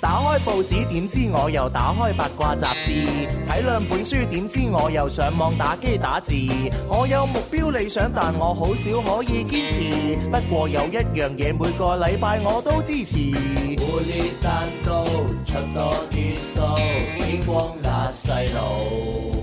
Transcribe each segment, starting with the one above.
開報紙，點知我又打開八卦雜誌；睇兩本書，點知我又上網打機打字。我有目標理想，但我好少可以堅持。不過有一樣嘢，每個禮拜我都支持。每列單刀出多啲數，天光那細路。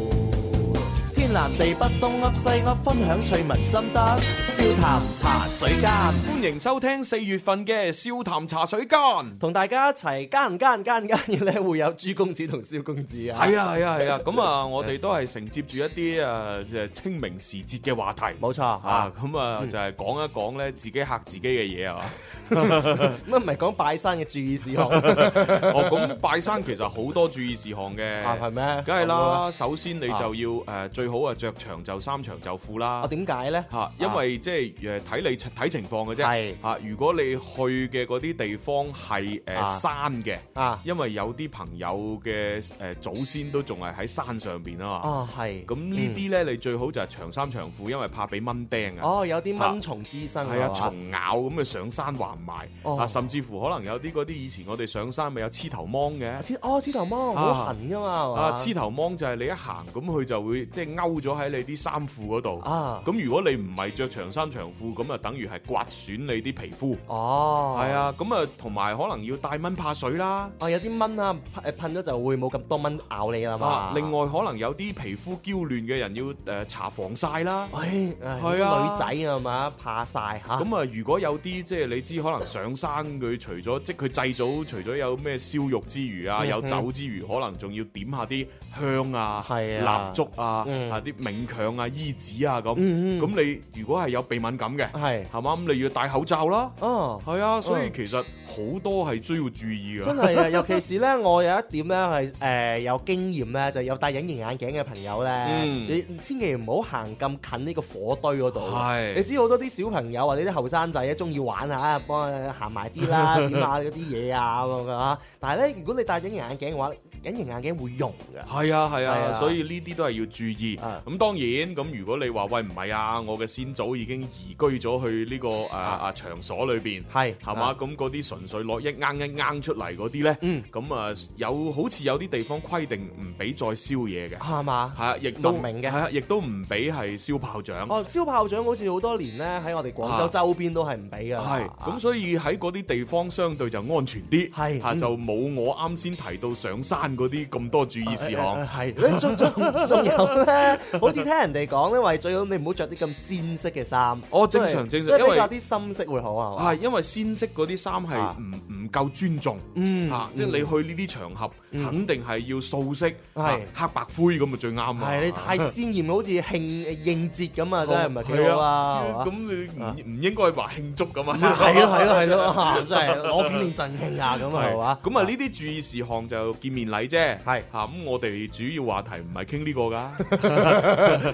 天南地北東噏西噏，分享趣聞心得，笑談茶水間，歡迎收聽四月份嘅笑談茶水間。同大家一齊間間間間嘢咧，會有朱公子同蕭公子啊。係啊係啊係啊，咁啊，我哋都係承接住一啲誒即係清明時節嘅話題。冇錯嗯啊，咁啊就係講一講咧自己嚇自己嘅 嘢啊。乜唔係講拜山嘅注意事 項哦，咁拜山其實好多注意事項嘅，啊？係咩？梗係好啊。啦，首先你就要誒、呃最好啊着長袖衫、長袖褲我啦。啊點解咧？嚇，因為即係誒睇你睇情況嘅啫啊係。嚇，如果你去嘅嗰啲地方係啊誒山嘅，啊因為有啲朋友嘅誒祖先都仲係喺山上邊啊嘛。啊係。咁呢啲咧，你最好就係長衫長褲，因為怕俾蚊叮啊。嗯哦，有啲蚊蟲滋生係啊，嘛蟲咬咁啊，上山還埋哦啊，甚至乎可能有啲嗰啲以前我哋上山咪有黐頭芒嘅。黐哦黐頭芒好痕噶嘛，係嘛啊，黐頭芒就係你一行咁，佢就會即係勾咗喺你啲衫褲嗰度。啊咁如果你唔係着長衫長褲，咁啊等於係刮損你啲皮膚。哦，係，啊，咁啊同埋可能要帶蚊怕水啦。哦有啲蚊啊噴噴咗就會冇咁多蚊咬你啦嘛啊，。另，外可能有啲皮膚嬌嫩嘅人要誒、呃搽防曬啦。喂，哎唉係啊女仔啊嘛，怕晒嚇，咁啊，如果有啲即係你知，可能上山佢除咗即係佢製造除咗有咩燒肉之餘啊，嗯哼有酒之餘，可能仲要點下啲香啊、係啊蠟燭啊、嗯啊啲冥鏹啊、衣紙啊咁。嗯嗯咁你如果係有鼻敏感嘅，係係嘛？咁你要戴口罩啦。哦。係啊，所以嗯其實好多係需要注意真 㗎。係啊！尤其是咧，我有一點咧係誒有經驗咧，就有戴隱形眼鏡嘅朋友咧，嗯你千祈唔好行咁近呢個火堆嗰度。係你知好多啲小朋友或者啲後生仔咧，中意玩下，幫佢行埋啲 啦，點下嗰啲嘢啊咁樣啊。但係咧，如果你戴隱形眼鏡嘅話，隱形眼鏡會溶㗎。係啊係係啊，啊所以呢啲都係要注意。啊咁當然，咁如果你話喂唔係啊，我嘅先祖已經移居咗去呢個誒啊場所裏邊。係啊係嘛？？咁嗰啲純粹攞一啱一啱出嚟嗰啲嗯呢，咁啊有好似有啲地方規定唔俾再燒嘢嘅，係係嘛？啊，亦都文明嘅係啊，亦都唔俾係燒炮仗，哦，燒炮仗好似好多年咧，喺我哋廣州啊周邊都係唔俾㗎。係咁，所以喺嗰啲地方相對就安全啲，係嚇嗯就冇我啱先提到上山嗰啲咁多注意事誒項。誒誒係， 仲仲仲有咧，好似聽人哋講咧，話最好你唔好着啲咁鮮色嘅衫。哦正常即係正常即係比較因啲深色會好係嘛？啊，因為鮮色嗰啲衫係啊唔唔夠尊重，嗯嚇，啊即係你去呢啲場合，肯定係要素色、啊係黑白灰咁啊最啱啊。係你太鮮豔，好似慶應節咁啊，真係唔係幾係好啊？咁你唔唔應該話慶祝 咁啊？ 係咯係咯係咯，啊真係攞片練振興啊咁啊係嘛？咁啊，呢啲注意事項就見面禮啫。係嚇，咁我哋主要話題唔係傾呢個㗎。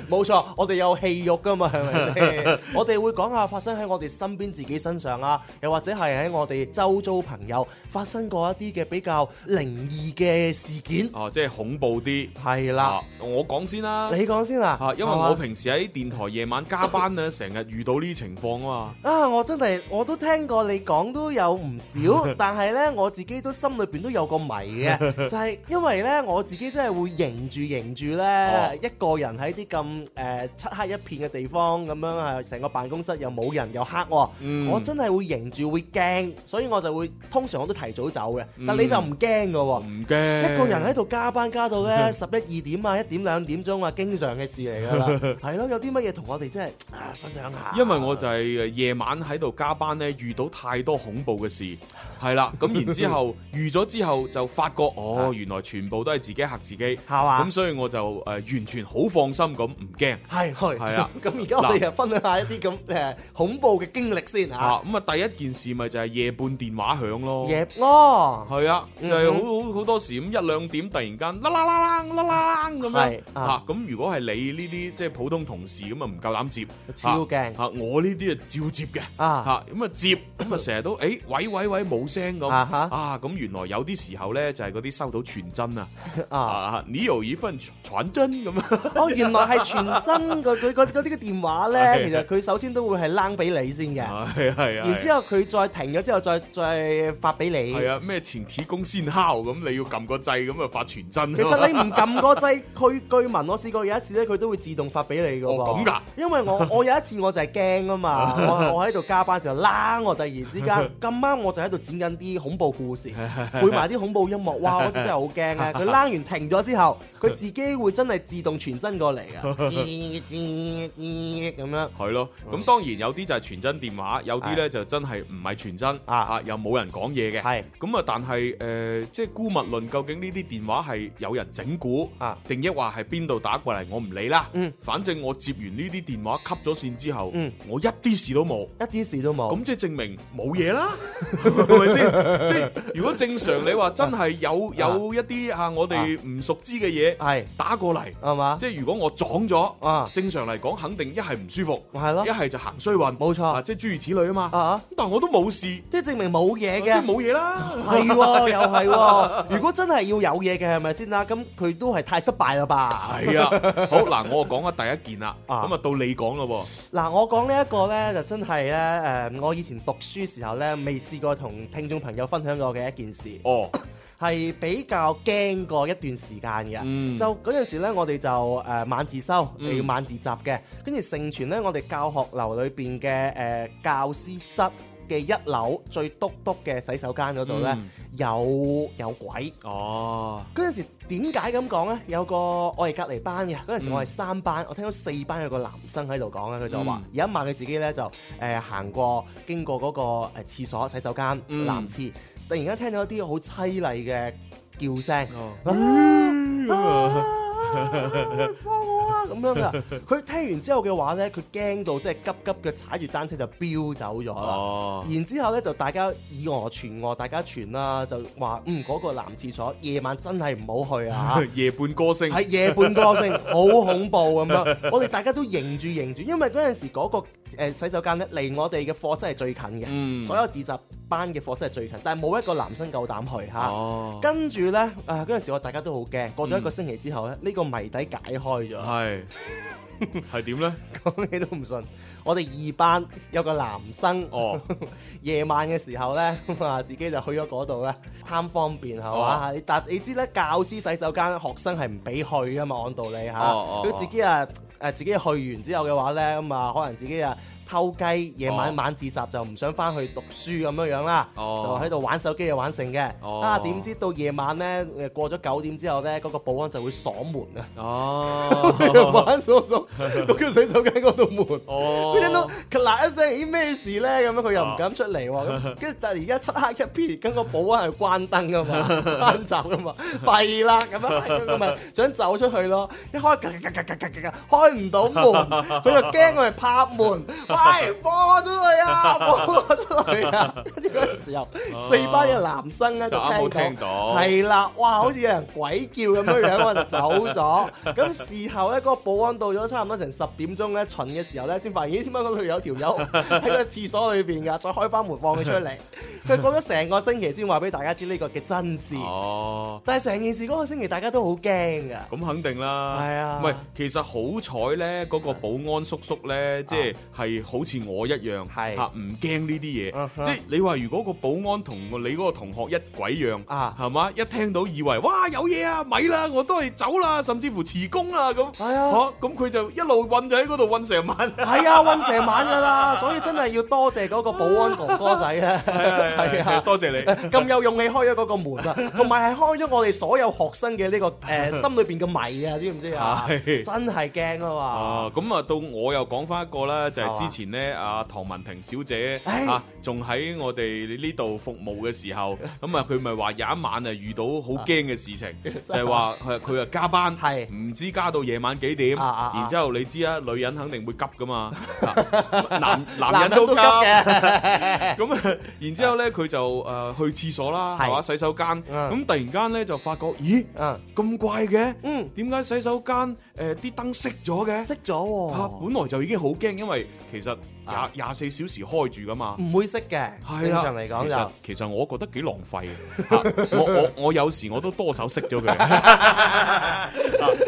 冇錯，我哋有戲肉噶嘛，係咪先？ 我哋會講下發生喺我哋身邊自己身上啊，又或者係喺我哋周遭朋友發生過一啲嘅比較靈異嘅事件。哦，即係恐怖啲。係啦啊，我講先啦。啊你講先啦嚇，，因為係嘛我平時喺電台夜晚加班咧，成日遇到呢啲情況啊啊，我真係我都聽過你講都有唔 少，但係呢，我自己都心裏邊都有個謎嘅，就係因為呢，我自己真係會凝住凝住呢，哦一個人喺啲咁誒漆黑一片嘅地方咁樣啊，成個辦公室又冇人又黑喎，嗯我真係會凝住會驚，所以我就會通常我都提早走嘅，但嗯你就唔驚嘅嘛，喎。唔驚。一個人喺度加班加到 咧十一二點啊，一點兩點鐘啊，經常嘅事嚟㗎啦。係咯，有啲乜嘢同我哋真係啊分享下？因為我就係呃夜晚喺度加班咧，遇到太多恐怖嘅事，係啦，咁然 之後遇咗之後就發覺，哦，啊原來全部都係自己嚇自己，係嘛咁所以我就誒、呃完全好放心咁唔驚。係係係啊 咁而家我哋又分享下一啲咁誒恐怖嘅經歷先啊。啊，咁啊，第一件事咪就係夜半電話響咯。夜哦，係啊，就係嗯好好好多時咁一兩點突然間啦啦啦啦啦啦啦咁樣係嚇啊，咁如果係你呢啲即係普通同事咁啊唔夠膽接，超驚嚇我呢啲啊照接嘅啊嚇，咁啊接咁啊成 日都誒喂喂喂冇聲咁啊哈啊，咁原來有啲時候咧就係嗰啲收到傳真啊啊！啊，你有一份傳真咁啊，哦，原來係傳真嗰佢嗰嗰啲嘅電話咧，係 其實佢首先都會係冷俾你先嘅，係係啊，然之後佢再停咗之後再再佢發俾你。系啊，咩前鐵公先敲咁，你要撳個掣咁啊發傳真。 其實你唔撳個掣，佢據聞我試過有一次咧，佢都會自動發俾你噶喎。哦咁㗎因為我我有一次我就係驚啊嘛， 我我喺度加班時候啦，我突然之間咁啱我就喺度剪緊啲恐怖故 事，配埋啲恐怖音樂，哇！我真係好驚啊！佢拉完停咗之後，佢自己會真係自動傳真過嚟 啊，吱吱吱咁樣。係咯，咁當然有啲就係傳真電話，有啲咧就真係唔係傳真啊啊，又冇人講嘢嘅。係咁啊，但係誒，即係姑勿論，究竟呢啲電話係有人整蠱啊，定抑或係邊度打過嚟，我唔理啦。嗯反正我接完呢啲電話，吸咗線之後嗯，哦我一啲事都冇。一啲事都冇。咁即係證明冇 嘢啦，係咪先？即係如果正常，你話真係有有一啲啊，我哋唔熟知嘅嘢係打過嚟，係嘛？即係如果我撞咗，啊，正常嚟講肯定一係唔舒服，係一咯，係就行衰運，冇錯啊，即係諸如此類啊嘛。啊，但我都冇事，啊即係證明冇嘢即嘅係。冇嘢 啦。係喎，又係喎。如果真係要有嘢嘅，係咪先啦？咁佢都係太失敗啦吧？係啊，好嗱，我講咗第一件啦，啊咁啊到你講咯嗱，我講呢一個呢，就真係呢。誒，嗯我以前讀書時候呢，未試過同聽眾朋友分享過嘅一件事喎。，哦，係比較驚過一段時間嘅。嗯就嗰陣時咧，我哋就誒、呃晚自修，嗯又要晚自習嘅。跟住盛傳咧，我哋教學樓裏邊嘅誒教師室嘅一樓最篤篤嘅洗手間嗰度咧，嗯有有鬼。哦，嗰陣時點解咁講呢？有個我係隔離班嘅，嗯嗰陣時我係三班，我聽到四班有個男生喺度講啊咧，佢就話嗯有一晚佢自己呢，就誒行、過經過嗰個誒廁所洗手間、嗯男廁，突然間聽到一啲好凄厲嘅叫聲。哦啊嗯哎啊放我啊！咁樣 噶，佢聽完之後嘅話呢，佢驚到即係急急腳踩住單車就飆走咗啦。哦，然之後呢，就大家以訛傳訛，大家傳啦，就話嗯嗰、個男廁所夜晚真係唔好去啊！ 夜半歌聲，係夜半歌 聲，好恐怖咁樣。我哋大家都迎住迎住，因為嗰陣時嗰、個、呃、洗手間呢，離我哋嘅課室係最近嘅，嗯所有自習班嘅課室係最近，但係冇一個男生夠膽去嚇。哦，跟住呢，啊嗰陣時我大家都好驚，過咗一個星期之後呢，呢、個謎底解開咗，係係點咧？ 講你都唔信。我哋二班有個男生， 哦，夜晚嘅時候呢，咁啊自己就去咗嗰度咧，貪方便係嘛？哦你但你知咧，教師洗手間學生係唔俾去噶嘛，按道理嚇。哦哦佢自己啊誒自己去完之後嘅話呢，咁啊可能自己啊偷雞，夜晚哦晚自習就唔想翻去讀書咁樣樣啦。哦就喺度玩手機又玩成嘅，哦啊點知到夜晚咧，誒過咗九點之後咧，嗰、個保安就會鎖門 啊， 哦，玩鎖鎖嗰個洗手間嗰度門。哦，佢聽到咔嗱一聲，咦咩事咧？咁樣佢又啊唔敢出嚟喎。 咁跟住但係而家漆黑一片，跟個保安係關燈噶嘛， 關閘噶嘛，弊啦咁樣， 咁咪想走出去咯。一開，咔咔咔咔咔咔開唔到門，佢就驚我哋拍門， 喂放我出去啊，放我出去啊！跟住嗰陣時候，四班嘅男生咧哦就啱好就聽聽到到，係啦，哇，好似有人鬼叫咁樣樣，我就走咗。咁事後咧，嗰、個保安到咗差唔多成十點鐘咧，巡嘅時候咧，先發現咦點解嗰度有條 友喺個廁所裏邊㗎，再開翻門放佢出嚟。佢講咗成個星期先話俾大家知呢個嘅真事，哦。但係成件事嗰個星期大家都好驚㗎。咁肯定啦，係啊唔係其實好彩咧，嗰、個保安叔叔咧，即係係好似我一樣，啊係嚇唔驚呢啲嘢。嗯哼即係你話如果個保安同你嗰個同學一鬼樣，啊係嘛？一聽到以為哇有嘢啊，咪啦，我都係走啦，甚至乎辭工啦咁。係啊嚇咁佢就一路韞就喺嗰度韞成晚。係啊，韞成晚㗎啦，所以真係要多謝嗰個保安哥哥仔咧。 係啊。 多謝 你。咁有勇氣開咗嗰個門啊，同埋係開咗我哋所有學生嘅呢、個誒、 心裏邊嘅謎啊，知唔知啊？係真係驚啊啊，咁啊，到我又講翻一個啦，就係係嘛之前呢，阿唐文婷小姐唉啊，仲喺我哋呢度服務嘅 時候，咁啊，佢咪話有一晚啊遇到好驚嘅事情，就係話佢佢啊加班，啊係唔知加到夜晚幾點，啊啊啊然之後你知啊，女人肯定會急 噶嘛，啊男嘛！男人人都急急。 嘅，咁啊，然之後咧，佢就誒去廁所啦，係係嘛洗手間。嗯咁突然間咧就發覺，咦嗯咁怪嘅，嗯，點解呃洗手間誒啲燈熄咗嘅？識咗啊，喎，本來就已經好驚，因為其實廿廿四小時開住噶嘛。唔會識嘅，係啊嗯正啦常嚟講其就實其實我覺得幾浪費嘅 嚇我我我有時我都多手識 咗佢，啊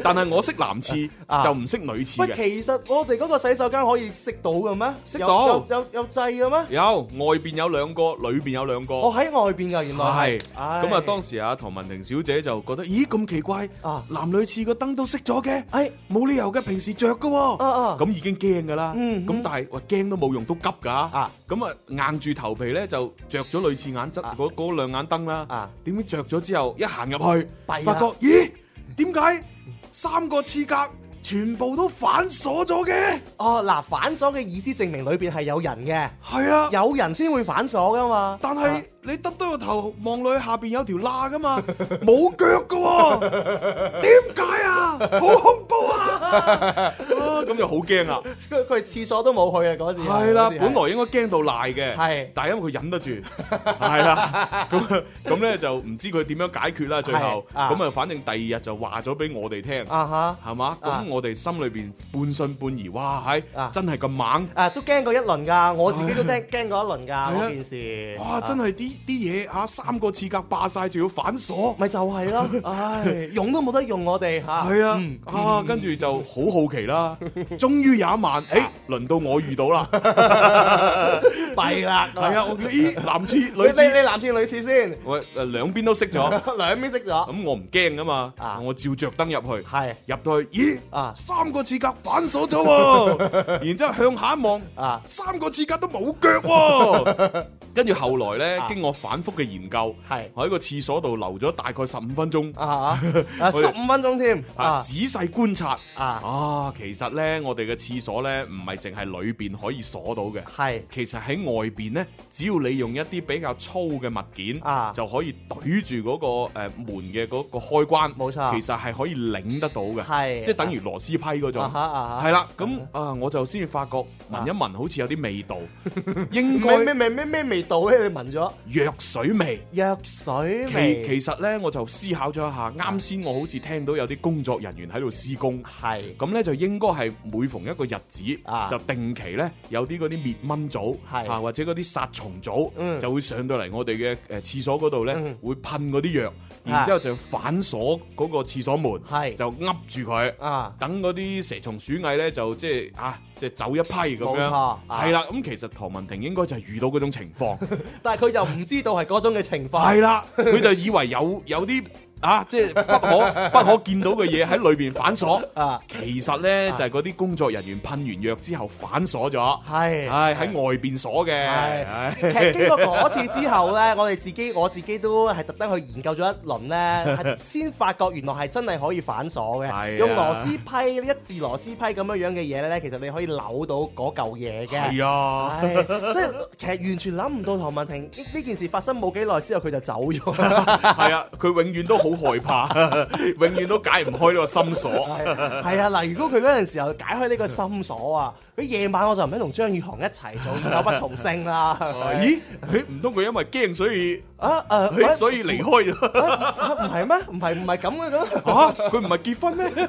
但係我識男廁 啊就唔識女廁喂，嘅。其實我哋嗰個洗手間可以識到嘅咩？識有到有有有掣嘅咩？有外邊有兩個，裏邊有兩個。我喺外邊㗎，原來係係。咁啊！當時啊，唐文婷小姐就覺得，咦咁奇怪，啊男女廁個燈都熄咗嘅，哎冇理由嘅，平時着嘅喎，啊啊咁已經驚㗎啦。嗯咁但係喂驚都冇用，都急㗎。啊咁啊硬住頭皮咧就着咗女廁眼側啊嗰嗰兩眼燈啦啊。點知着咗之後一行入去，發啦覺咦點解三個廁格全部都反鎖咗嘅？哦嗱，反鎖嘅意思證明裏邊係有人嘅，係啊。有人先會反鎖㗎嘛。但係你耷低個頭望落去下邊有條 罅噶嘛，冇腳噶喎，點解啊？好恐怖 啊！啊咁就好驚啦，佢佢係廁所都冇去啊嗰次。係啦，嗰次係本來應該驚到賴嘅，係但係因為佢忍得住， 係啦，咁咁咧就唔知佢點樣解決啦，最後係啊咁啊，反正第二日就話咗俾我哋聽。啊哈係嘛？啊咁我哋心裏邊半信半疑，哇！係啊真係咁猛，啊都驚過一輪㗎，我自己都驚驚過一輪㗎係啊嗰件事。哇！真係係啲啲嘢嚇三個刺格霸晒，仲要反鎖，咪就係咯， 唉，用都冇得用我哋嚇。系啊，啊，跟住就好好奇啦。嗯終於有一晚，诶，啊輪到我遇 到啦。弊啦。 係啊，我咦，男廁你女你你廁，哦男廁女廁先，喂，诶，两边都熄咗， 兩邊識咗。咁我唔驚噶嘛啊，我照着燈入去，係入到去，咦，啊三個廁格反鎖咗 喎，然之后向下一望，啊三個廁格都冇腳 喎。跟住後來咧，啊經我反覆嘅研究，係我喺個廁所度留咗大概十五分鐘，啊 啊啊！我十哋五分鐘添啊，啊仔細觀察。啊，啊，其實呢，我哋嘅廁所呢，唔係淨係裏邊可以鎖到嘅，係其實喺外邊呢，只要你用一啲比較粗嘅物件，啊就可以懟住嗰個誒、呃、門嘅嗰個開關，冇錯其實係可以擰得到嘅，係，即係等於螺絲批嗰種啊。哈啊係啦，咁啊，我就先至發覺聞一聞好似有啲味道，應啊咩咩該咩咩咩味道咧？你聞咗藥水味。藥水其味，其實呢，我就思考咗一下，啱先我好似聽到有啲工作人員喺度施工。係咁咧就應該係每逢一個日子，啊就定期咧有啲嗰啲滅蚊組係啊，或者嗰啲殺蟲組，嗯就會上到嚟我哋嘅誒廁所嗰度咧，嗯會噴嗰啲藥，啊然之後就反鎖嗰個廁所門，係就噏住佢。啊，等嗰啲蛇蟲鼠蟻咧，就即係啊，即係走一批咁冇錯樣啊，係啦。咁其實唐文婷應該就係遇到嗰種情 況，但係佢就唔知道係嗰種嘅情況，係啦，佢就以為有有啲啊，即係不可不可見到嘅嘢喺裏邊反鎖，啊，其實呢，啊就係嗰啲工作人員噴完藥之後反鎖咗，係唉喺外邊鎖嘅，唉係，其實經過嗰次之後咧，我哋自己我自己都係特登去研究咗一輪 咧，係先發覺原來係真係可以反鎖係啊嘅，用螺絲批一字螺絲批咁樣樣嘅嘢咧，其實你可以扭到嗰嚿嘢嘅。係啊，唉，即係其實完全諗唔到唐文婷呢呢件事發生冇幾耐之後佢就走 咗，係啊，佢永遠都好害怕， 永遠都解唔開呢個心鎖。係啊嗱，如果佢嗰陣時候解開呢個心鎖啊，佢夜晚我就唔使同張宇航一齊做有不同聲啦。咦？佢唔通佢因為驚所以啊誒，佢啊所以離開咗？啊唔係咩？唔係唔係咁嘅咁，嚇！佢唔係結 婚咩？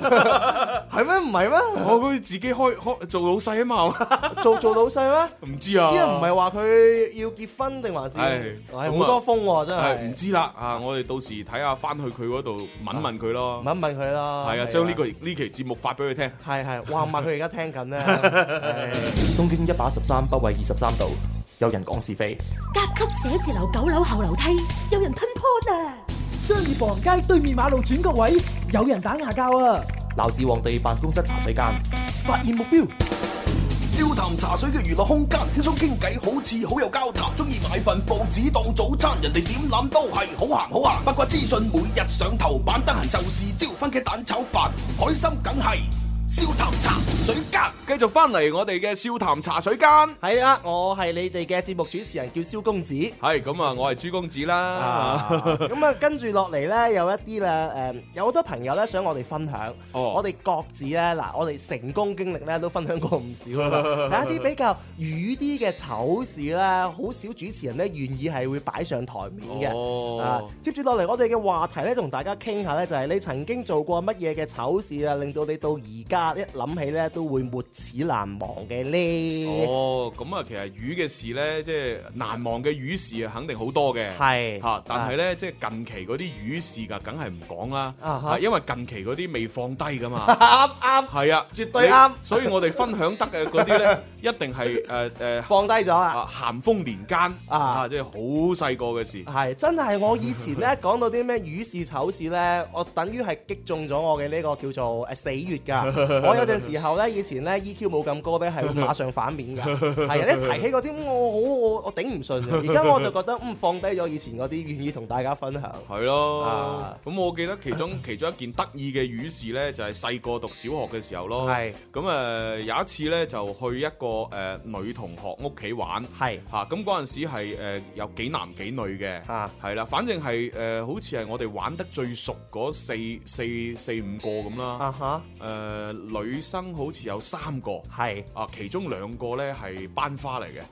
係咩？唔係咩？ 我佢自己開開做老細啊嘛， 做做老細唔知啊。咩？啲人唔係話佢要結婚定還是係係咁好啊多風喎，真係唔係。知啦啊！我哋到時睇下翻去佢嗰度問問佢咯。問一問佢啦。係啊，將呢個呢期節目發俾佢聽。係係，哇！唔係佢而家聽緊 咧。係東經一百一十三，北緯二十三度，有人講是非。甲級寫字樓九樓後樓梯有人吞 p 啊！商業步行街對面馬路轉角位有人打牙交啊！鬧市皇帝辦公室茶水間，發現目標，笑談茶水嘅娛樂空間，輕鬆傾偈好似好有交談。中意買份報紙當早餐，人哋點諗都係好行好行。八卦資訊每日上頭版，得閒就是招番茄蛋炒飯，開心梗係笑談茶水間。繼續翻嚟我哋嘅笑談茶水間，係啦，我係你哋嘅節目主持人，叫蕭公子。係咁啊！我係朱公子啊啦， 咁啊，跟住落嚟咧，有一啲咧，誒，有好多朋友咧想我哋分享，哦我哋各自咧，嗱，我哋成功經歷咧都分享過唔少啦， 但一啲比較瘀啲嘅醜事咧，好少主持人咧願意係會擺上台面嘅。哦啊，接住落嚟我哋嘅話題咧，同大家傾下咧，就係你曾經做過乜嘢嘅醜事啊，令到你到而家一諗起咧都會沒齒難忘嘅咧。哦，咁啊，其實魚嘅事咧，即係呃難忘嘅魚事啊，肯定好多嘅。係嚇，但係咧，即係近期嗰啲魚事㗎，梗係唔講啦。啊哈啊因為近期嗰啲未放低㗎嘛。 啱啱係啊，絕對啱你所以我哋分享得嘅嗰啲咧， 一定係誒誒放低咗啦。啊咸豐年間啊啊，即係好細個嘅事。係真係我以前咧講到啲咩魚事醜事咧，我等於係擊中咗我嘅呢個叫做誒死穴 㗎。我有陣時候咧，以前咧 EQ 冇咁高咧，係會馬上反面㗎。係人 一提起嗰啲，我好我我頂唔順嘅。而家我就覺得嗯放低咗以前嗰啲，願意同大家分享。係咯啊，咁我記得其中其中一件得意嘅魚事呢，就係細個讀小學嘅時候咯。係咁誒、呃有一次呢，就去一個誒、呃女同學屋企玩。係嚇，咁嗰陣時係、呃、有幾男幾女嘅，啊係啦、反正係誒、呃好似係我哋玩得最熟嗰四四四五個咁啦。啊哈，誒、女生好似有三個，係。啊，其中兩個呢係班花嚟嘅，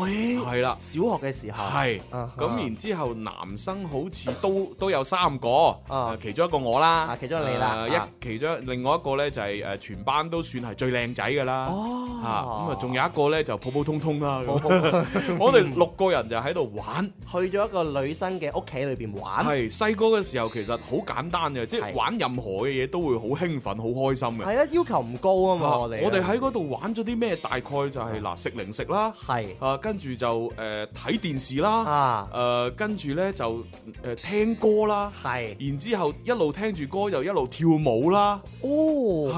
喂，係啦。小學嘅時候係，啊哈咁然之後男生好似都都有三個，啊其中一個我啦，啊其中一個你啦呃一啊其中另外一個呢就係誒全班都算係最靚仔㗎啦，哦嚇咁啊仲有一個呢就普普通通啦，普普咁 我哋六個人就喺度玩。去咗一個女生嘅屋企裏邊玩。係細個嘅時候，其實好簡單嘅，即係係玩任何嘅嘢都會好興奮、好開心嘅。係啊，要求唔高啊嘛，啊我哋我哋喺嗰度玩咗啲咩？大概就係嗱食零食啦，係啊跟住就誒睇電視啦，啊，誒跟住呢就誒聽歌啦，係然之後一路聽住歌又一路跳舞啦，哦，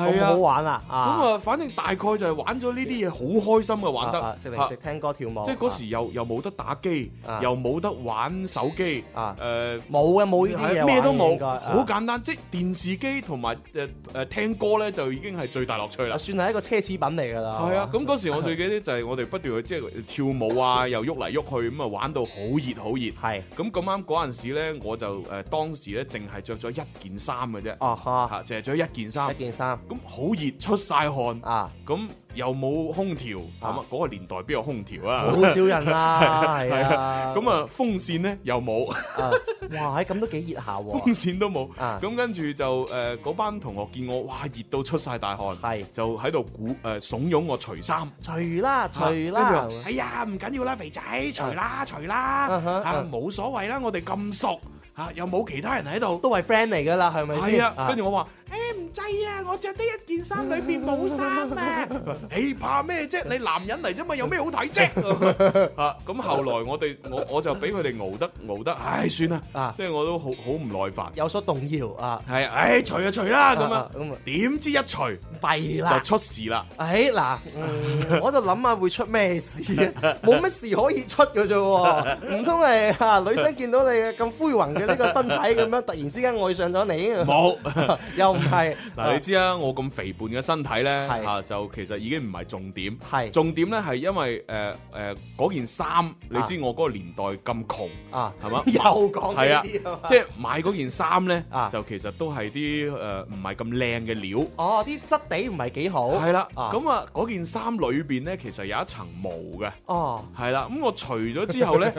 係咁啊好玩啊！咁啊，啊反正大概就係玩咗呢啲嘢，好開心嘅玩啊得啊食零食、啊聽歌、跳舞，即係嗰時又又冇得打機，啊又冇得玩手機，啊誒。冇嘅，冇呢啲嘢係玩咩都嘅冇應，該啊好簡單，即係電視機同埋誒誒聽歌咧，就已經係最大樂趣啦啊。算係一個奢侈品嚟㗎啦。係啊，咁嗰時我最記得就係我哋不斷去即係跳舞啊，又喐嚟喐去，咁啊玩到好熱好熱。係咁咁啱嗰陣時咧，我就誒、呃、當時咧淨係着咗一件衫嘅啫，啊哈，嚇淨係着一件衫一。件衫咁好熱，出晒汗，啊，咁又冇空調，咁啊啊嗰個年代邊有空調好啊？少人 啦，係啊，咁啊風扇咧又冇，啊，哇，咁都幾熱下風喎，扇都冇。啊咁跟住就誒嗰班同學見我，哇熱到出晒大汗，係就喺度鼓誒慫恿我除衫。除啦，除啦啊跟住，話哎呀，唔緊要啦，肥仔，除啦，除啦，啊哈嚇啊冇所謂啦，我哋咁熟嚇，又冇其他人喺度。都係 friend 嚟㗎啦，係咪係先？啊，跟住我話：誒唔制啊，我着得一件衫，裏邊冇衫 啊！你怕咩啫？你男人嚟啫嘛，有咩好睇啫？ 啊，咁後來我哋我我就俾佢哋熬得熬得，唉，算啦啊，即係我都好好唔耐煩。有所動搖啊，係啊，唉，除就除啦咁啊啊咁樣啊，點知一除弊啦就。出事啦。哎嗱，嗯我就諗下會出咩事啊？冇乜事可以出嘅啫喎，唔通係嚇女生見到你咁灰宏嘅呢個身體咁樣，突然之間愛上咗你？冇。 又唔係啊嗱，你知啦，我咁肥胖嘅身體呢，係嚇就其實已經唔係重點。係重點呢係因為誒誒嗰件衫，你知我嗰個年代咁窮，啊，？係嘛又講係呢啊，啲啊嘛即係買嗰件衫呢啊，就其實都係啲誒唔係咁靚嘅料。哦，啲質地唔係幾好，係啦，啊咁啊嗰件衫裏邊呢，其實有一層毛嘅。哦，係啦，咁我除咗之 後呢，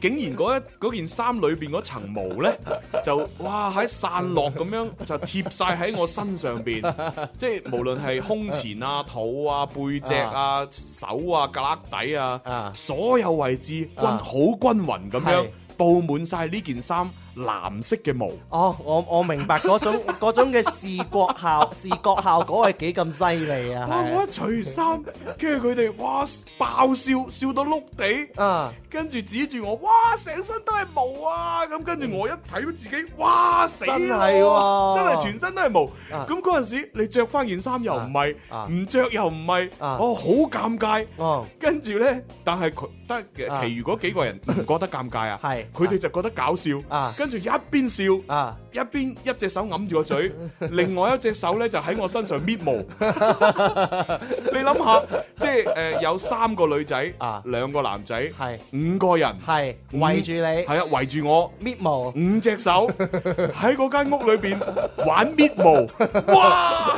竟然嗰一嗰件衫裏邊嗰層毛呢，就哇喺散落咁樣就貼晒喺我身 上邊，即係無論係胸前啊、肚啊、背脊啊、手啊、格旯底啊啊，所有位置均啊好均勻咁樣係佈滿晒呢件衫藍色嘅毛。哦，我我明白嗰種 嗰種嘅視覺 效視覺效果係幾咁犀利啊！哇！係我一除衫，跟住佢哋哇爆笑，笑到碌地。啊，跟住指住我，哇！成身都係毛啊！咁跟住我一睇到自己，哇！死啦真係喎真係全身都係毛。啊咁嗰陣時，你着翻件衫又唔係啊啊，唔着又唔係，啊哦，好尷尬。哦，跟住呢，但係佢得啊其餘嗰幾個人唔覺得尷尬啊，係佢哋就覺得搞笑啊，跟住一邊笑。啊，一邊一隻手揞住 個嘴，另外一隻手咧就喺我身上搣毛。你諗下，即係誒、呃有三個女仔，啊兩個男仔，係五個人，係圍住你係啊圍住我。搣毛。五隻手 喺嗰間屋裏邊玩搣 毛，哇！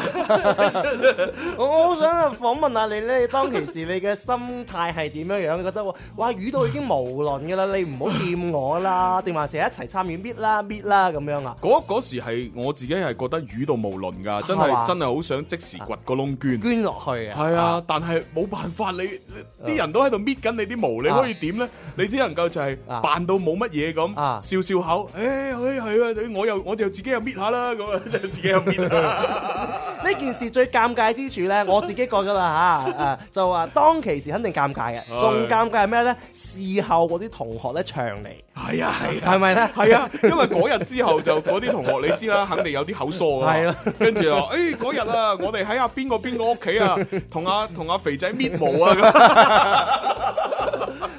我好想訪問下你咧，你當其時你嘅心態係點樣樣？你覺得哇，遇到已經無論噶啦，你唔好掂我啦，定還是一齊參與面搣啦搣啦咁樣啊，嗰嗰時係我自己係覺得瘀到無倫㗎，真係嘛係真係好想即時掘個窿捐。捐落去啊， 係啊，但係冇辦法，你你啲人都喺度搣緊你啲毛，你可以點呢？你只能夠就係啊扮到冇乜嘢啊咁，笑笑口，誒係係啊， 我又我就自己又搣下啦，咁啊，即係自己又 搣啦。呢件事最尷尬之處呢，我自己覺得啦嚇，誒就話當其時肯定尷尬嘅，係仲尷尬係咩呢？事後嗰啲同學呢，唱嚟，係啊係啊係。咪呢？係啊，因為嗰日之後就嗰啲同學你知啦，肯定有啲口疏啊。係啦跟住就話：，誒嗰日啊，我哋喺阿邊個邊個屋企啊，同阿同阿肥仔搣毛啊咁。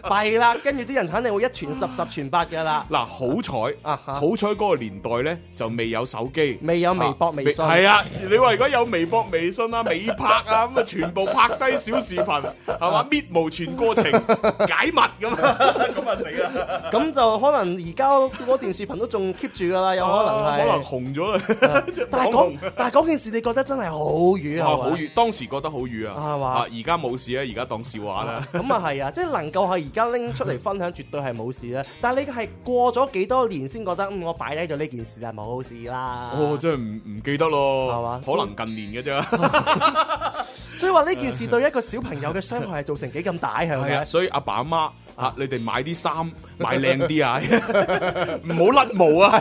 弊啦，跟住啲人肯定會一傳十十傳百㗎啦。嗱，好彩啊哈好彩嗰個年代咧就未有手機，未有微博微信係啊！你話如果有微博、微信啊、美拍啊，咁啊全部拍低小視頻， 係嘛搣毛全過程解密咁啊， 咁啊死啦！咁就可能而家嗰段視頻都仲 keep 住㗎啦，有可能係。啊可能紅咗啦， 即係但係網紅講，但係嗰件事，你覺得真係好瘀啊？啊好瘀，當時覺得好瘀啊，係嘛啊而家冇事啊，而家當笑話啦。咁啊 係啊，即係能夠係而家拎出嚟分享，絕對係冇事啦。但係你係過咗幾多年先覺得，嗯，我擺低咗呢件事啦，冇事啦。哦，真係唔唔記得咯，啊係嘛可能近年嘅啫，所以話呢件事對一個小朋友嘅傷害係造成幾咁大， 係係啊，咪？ 所以阿爸阿媽啊，你哋買啲衫買靚啲啊， 唔好甩毛啊。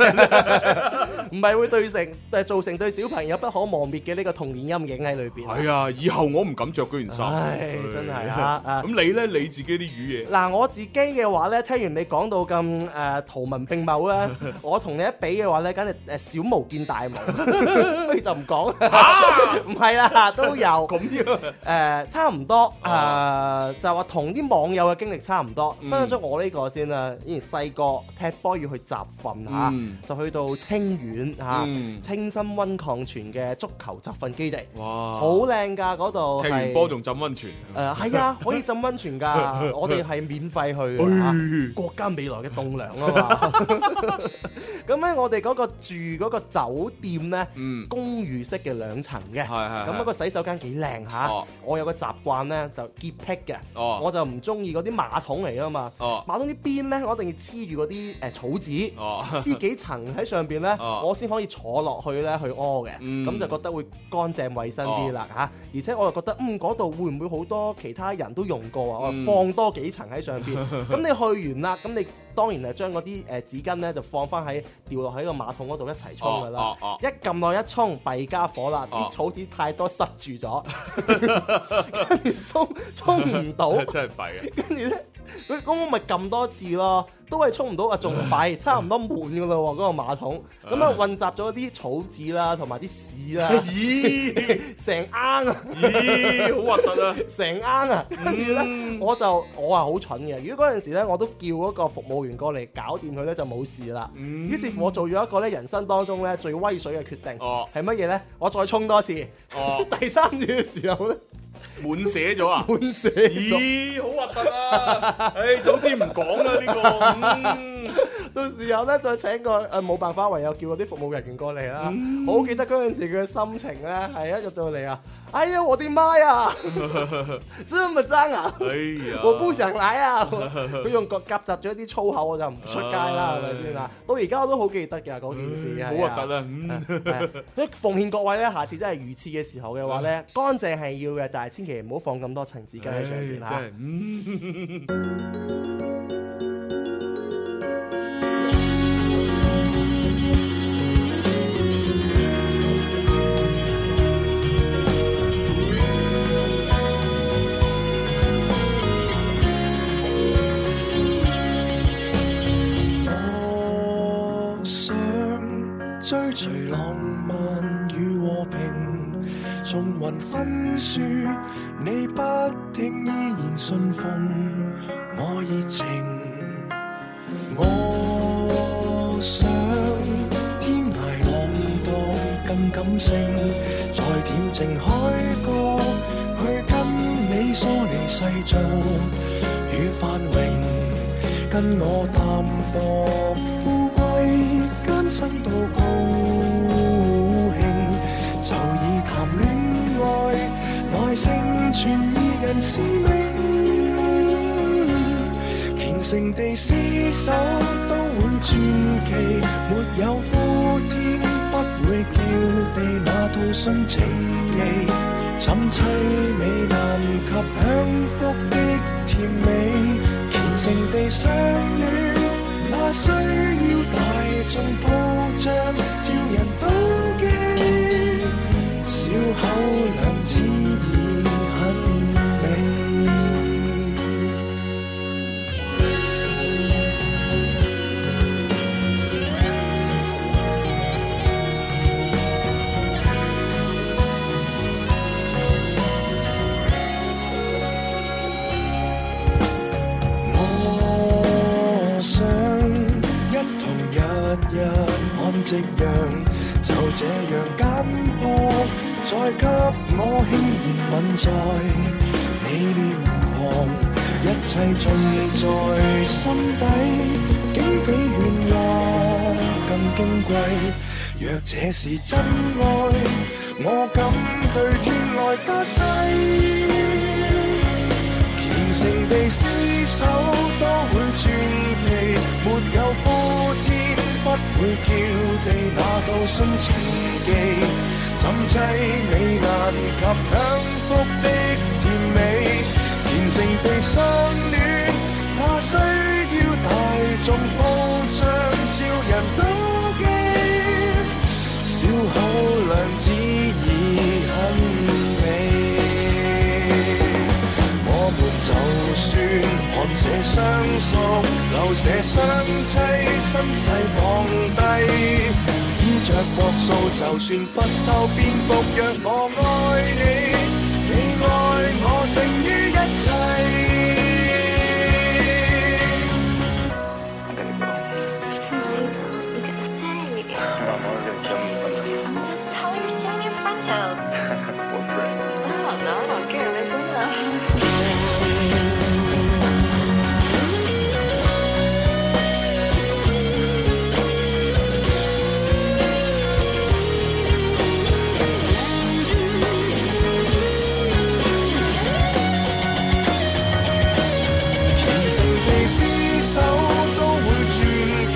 唔係會對成誒造成對小朋友不可磨滅嘅呢個童年陰影喺裏邊。系啊，以後我唔敢着嗰件衫。哎唉真係啊啊咁你咧你自己啲語嘢，嗱，我自己嘅話咧，聽完你講到咁誒、呃圖文並茂咧， 我同你一比嘅話咧，簡直誒小毛見大毛，不如就唔講， 啊 唔係啦，都有咁樣誒、差唔多誒、啊呃就話同啲網友嘅經歷差唔多，嗯分享咗我呢個先啦。以前細個踢波要去集訓嚇，嗯就去到清遠嚇、嗯清新温礦泉嘅足球集訓基地，哇好靚㗎嗰度，踢完波。仲浸温泉，誒係啊，可以浸温泉 㗎，我哋係免費去嘅啊哎國家未來嘅棟梁啊嘛。 咁咧，我哋嗰個住嗰個酒店咧，嗯公寓式嘅兩層嘅，係係係咁嗰個洗手間幾靚嚇哦。我有個習慣咧，就潔癖嘅，哦我就唔中意嗰啲馬桶嚟啊嘛。哦馬桶啲邊咧，我一定要黐住嗰啲誒草紙，哦黐幾層喺上邊咧，哦我先可以坐落去咧去屙嘅。嗯哦咁就覺得會乾淨衞生啲啦嚇。而且我又覺得嗯嗰度會唔會好多其他人都用過啊？我嗯放多幾層喺上邊。 咁你去完啦，咁你當然係將嗰啲誒紙巾咧就放翻喺掉落喺個馬桶嗰度一齊沖噶啦哦哦哦。一撳落一沖，弊家伙啦！哦啲草紙太多塞住 咗，跟住沖沖唔到。 真係弊啊！跟住咧，佢咁我咪撳多次咯，都係沖唔到啊，仲嗯弊，差唔多滿噶啦喎，嗰、個馬桶，咁啊混雜咗啲草紙啦，同埋啲屎啦，嗯咦成罌啊！ 咦，好核突啊！成啱啊！跟嗯住咧，我就我係好蠢嘅。如果嗰陣時咧，我都叫嗰個服務員過嚟搞掂佢咧，就冇事啦。嗯於是乎，我做咗一個咧人生當中咧最威水嘅決定，哦係乜嘢咧？我再衝多次，哦第三次嘅時候咧，滿寫咗啊！滿寫咗，咦，好核突啊！唉，早知唔講啦呢個。嗯到時候咧再請個誒呃冇辦法，唯有叫嗰啲服務人員過嚟啦。嗯我好記得嗰陣時佢嘅心情咧，係一入到嚟啊，哎呀我啲媽 呀，真咪爭啊！哎呀，我不想奶 啊！佢用個夾雜咗一啲粗口，我就唔出街啦，係咪先啊？到而家我都好記得㗎嗰件事，係好核突啊！哎嗯係啊！所以奉勸各位咧，下次真係如廁嘅時候嘅話啊咧，乾淨係要嘅，但係千祈唔好放咁多層紙巾喺上啊邊唉嚇真。係嗯。我想追隨浪漫與和平，縱雲分輸，你不聽依然信奉我熱情。我想天涯浪蕩更感性，在恬靜海角去跟你疏離世俗與繁榮，跟我淡薄富貴艱辛到高興，就以談戀愛來成全二人使命。虔誠地厮守都會傳奇，沒有呼天不會叫地那套殉情記，尋凄美難及享福的甜美，虔誠地相戀，那需要大眾鋪張，照人妒忌，小口兩指已很美。我想一同日日看夕陽，就這樣簡樸，再給我輕言吻在你臉龐，一切盡在心底，竟比願望更矜貴。若這是真愛，我敢對天來發誓。虔誠地厮守都會傳奇，沒有呼天不會叫地，那道信千記，怎凄美難及享福的甜美，虔誠地相戀，那需要大眾鋪張，照人妒忌，小口兩指已很美。我們就算看這雙宿，流這雙棲，身世放低，衣着樸素，就算不修邊幅。若我愛你，你愛我勝於一切。 I'm gonna go. Come on, though. You gotta stay. My mom's gonna kill me if I'm just how you're staying at your friend's house. I'm not. What friend? No, no, I don't care. Make me laugh. 虔誠地厮守都會傳奇，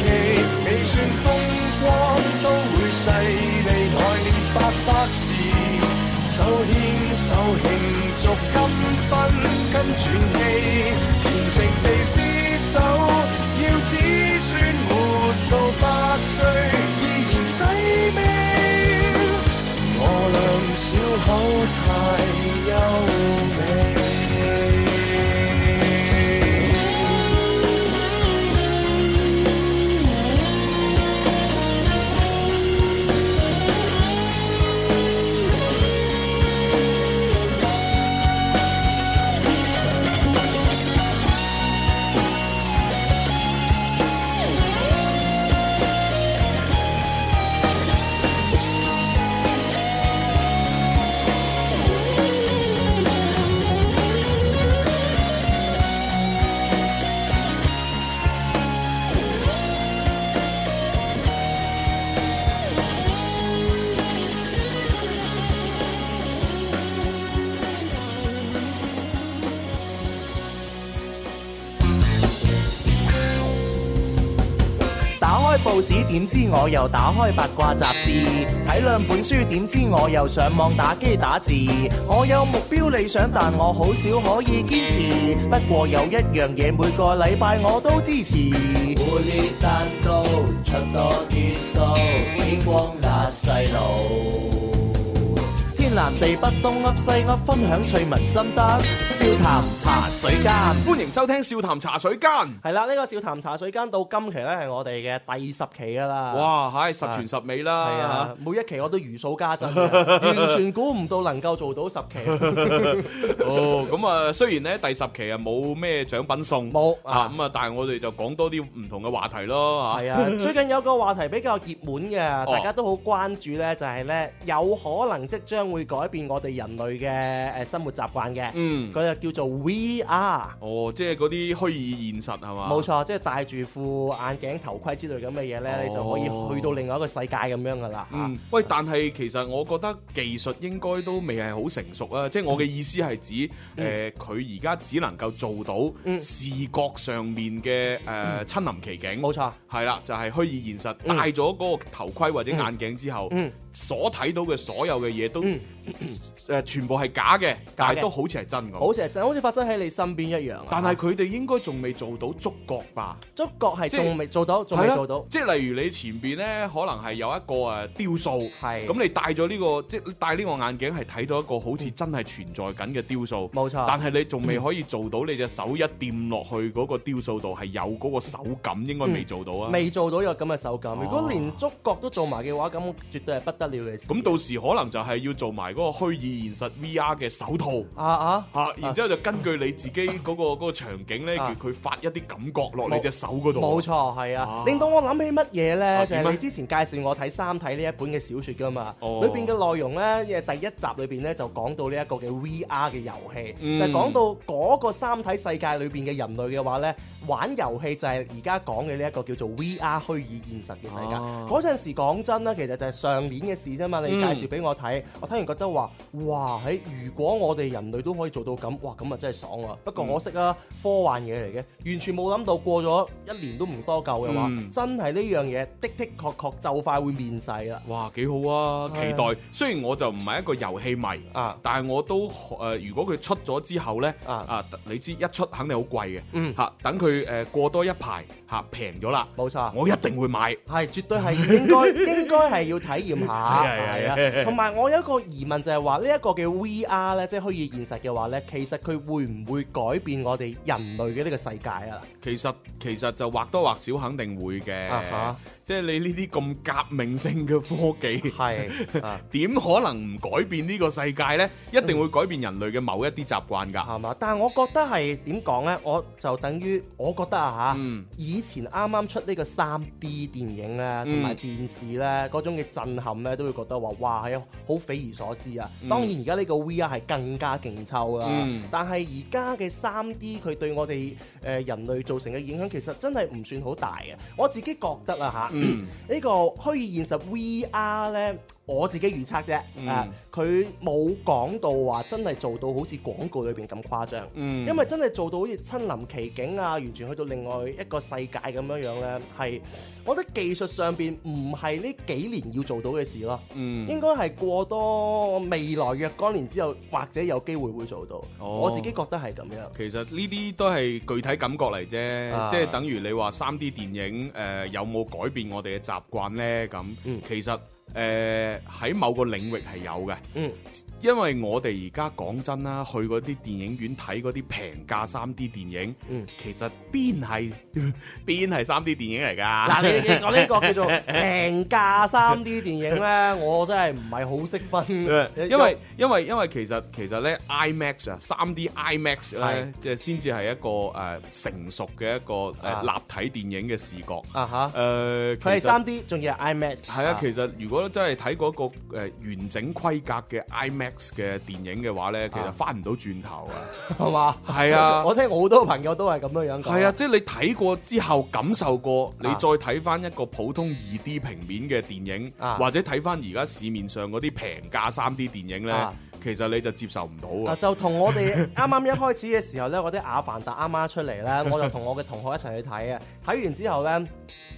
未算風光都會勢利。來年白髮時，手牽手慶祝金婚跟傳奇。虔誠地厮守，要子孫活到百歲，依然細味。我倆小口太優美。打開報紙點知我又打開八卦雜誌，睇兩本書點知我又上網打機打字。我有目標理想，但我好少可以堅持。不過有一樣嘢每個禮拜我都支持。烏哩單刀出多啲數，天光那細路。天南地北東噏西噏，分享趣聞心得，笑談茶水間。歡迎收聽《笑談茶水間》。係啦，呢、個笑談茶水間到今期呢，係我哋嘅第十期噶啦。哇，唉，十全十美啦！啊係啊，每一期我都如數家珍 嘅，完全估唔到能夠做到十期。哦，咁啊，雖然咧第十期啊冇咩獎品送，冇啊，啊咁啊，但係我哋就講多啲唔同嘅話題咯，係啊，最近哦有個話題比較熱門嘅，大家都好關注呢，就係呢，有可能即將會改變我哋人類嘅誒生活習慣嘅。嗯佢就叫做 VR。哦，即係嗰啲虛擬現實係嘛？冇錯，即係戴住副眼鏡、頭盔之類咁嘅嘢呢，你就可哦以去到另外一個世界咁樣噶啦嚇嗯，喂，但係其實我覺得技術應該都未係好成熟啊，即係我嘅意思係指，誒、佢而家只能夠做到嗯視覺上面嘅誒親臨其境，冇錯，係啦，就係虛擬現實，戴咗嗰個頭盔或者眼鏡之後，嗯所睇到嘅所有嘅嘢都誒嗯、全部係假嘅，但係都好似係真咁。好似係真，好似發生喺你身邊一樣啊。但係佢哋應該仲未做到觸覺吧？觸覺係即係仲未做到，仲未係啦做到。即係例如你前邊咧，可能係有一個誒雕塑，係咁你戴咗呢個即係戴呢個眼鏡係睇到一個好似真係存在緊嘅雕塑，嗯冇錯但係你仲未可以做到你隻手一掂落去嗰個雕塑度係有嗰個手感，應該嗯未做到啊。哦未做到有咁嘅手感。如果連觸覺都做埋嘅話，咁絕對係不得了嘅事。咁到時可能就係要做埋嗰個虛擬現實 VR 嘅手套。啊啊！吓，然之後就根據你自己嗰、個嗰、個場景咧，叫啊佢發一啲感覺落你冇隻手嗰度。冇錯，係啊啊，令到我諗起乜嘢啊呢？就點係啊你之前介紹我睇《三體》呢一本嘅小説噶嘛，哦裏邊嘅內容呢，誒第一集裏邊呢就講到呢一個嘅 VR 嘅遊戲，嗯就係講到嗰個三體世界裏邊嘅人類嘅話呢，玩遊戲就係而家講嘅呢一個叫做 VR 虛擬現實嘅世界。啊嗰陣時講真啦，其實就係上年嘅事啫嘛，你嗯介紹俾我睇，我聽完覺得話，哇！喺如果我哋人類都可以做到咁，哇！咁啊真係爽啊！不過嗯可惜啊，科幻嘢嚟嘅，完全冇諗到過咗一年都唔多夠嘅話，嗯真係呢樣嘢的的確確就快會面世啦。哇，幾好啊！期待。雖然我就唔係一個遊戲迷，啊但係我都誒、呃如果佢出咗之後呢，啊啊，你知一出肯定好貴嘅，嚇、嗯等佢誒、呃、過多一排嚇平咗啦，冇錯。我一定會買。係，絕對係應該 應該係要體驗下，係係係係啊。同埋我有一個疑問就係話，呢一個嘅 VR 咧，即係虛擬現實嘅話咧，其實佢會唔會改變我哋人類嘅呢個世界啊？其實其實就或多或少肯定會嘅，啊哈即係你呢啲咁革命性嘅科技。係啊，點可能唔改變呢個世界呢？一定會改變人類嘅某一啲習慣㗎。係嘛？但係我覺得係點講咧？我就等於我覺得啊嚇，嗯以前啱啱出呢個三 D 電影咧，同埋電視咧嗰種嘅震撼咧，都會覺得話哇係好匪夷所思啊！當然而家呢個 VR 係更加勁抽啦，嗯但係而家嘅三 D 佢對我哋誒、呃人類造成嘅影響其實真係唔算好大嘅。我自己覺得啊嚇，呢、嗯個虛擬現實 VR 咧。我自己預測啫，嗯啊佢冇講到話真係做到好似廣告裏邊咁誇張，嗯因為真係做到好似親臨其境啊，完全去到另外一個世界咁樣樣呢，係我覺得技術上邊唔係呢幾年要做到嘅事咯，嗯應該係過多未來若干年之後，或者有機會會做到。哦我自己覺得係咁樣。其實呢啲都係具體感覺嚟啫，啊即係等於你話三 D 電影誒、呃有冇改變我哋嘅習慣呢？咁、嗯其實誒呃喺、某個領域係有嘅， 嗯，因為我哋而家講真啦，去嗰啲電影院睇嗰啲平價三 D 電影，嗯其實邊係 邊係三 D 電影嚟㗎？嗱，啊你你講呢個叫做平價三 D 電影呢，我真係唔係好識 分，因為因為因為其實其實咧 IMAX 啊，三 D IMAX 咧係，即係先至係一個誒、呃成熟嘅一個誒、呃啊立體電影嘅視覺。誒、啊嚇。其佢係實三 D，仲要係 IMAX。係啊，其實如果真係睇嗰個誒完整規格嘅 IMAX 嘅電影嘅話咧，其實啊翻唔到轉頭啊！ 係嘛？係啊 我聽好多朋友都係咁樣樣講。係啊，即係你睇過之後感受過，你再哦啊睇翻一個普通二 D 平面嘅電影，啊或者睇翻而家市面上嗰啲平價三 D 電影咧，啊其實你就接受唔到啊，啊！就同我哋 啱啱一開始嘅時候呢，我啲《阿凡達》啱啱出嚟呢， 我就同我嘅同學一齊去睇啊。睇完之後呢，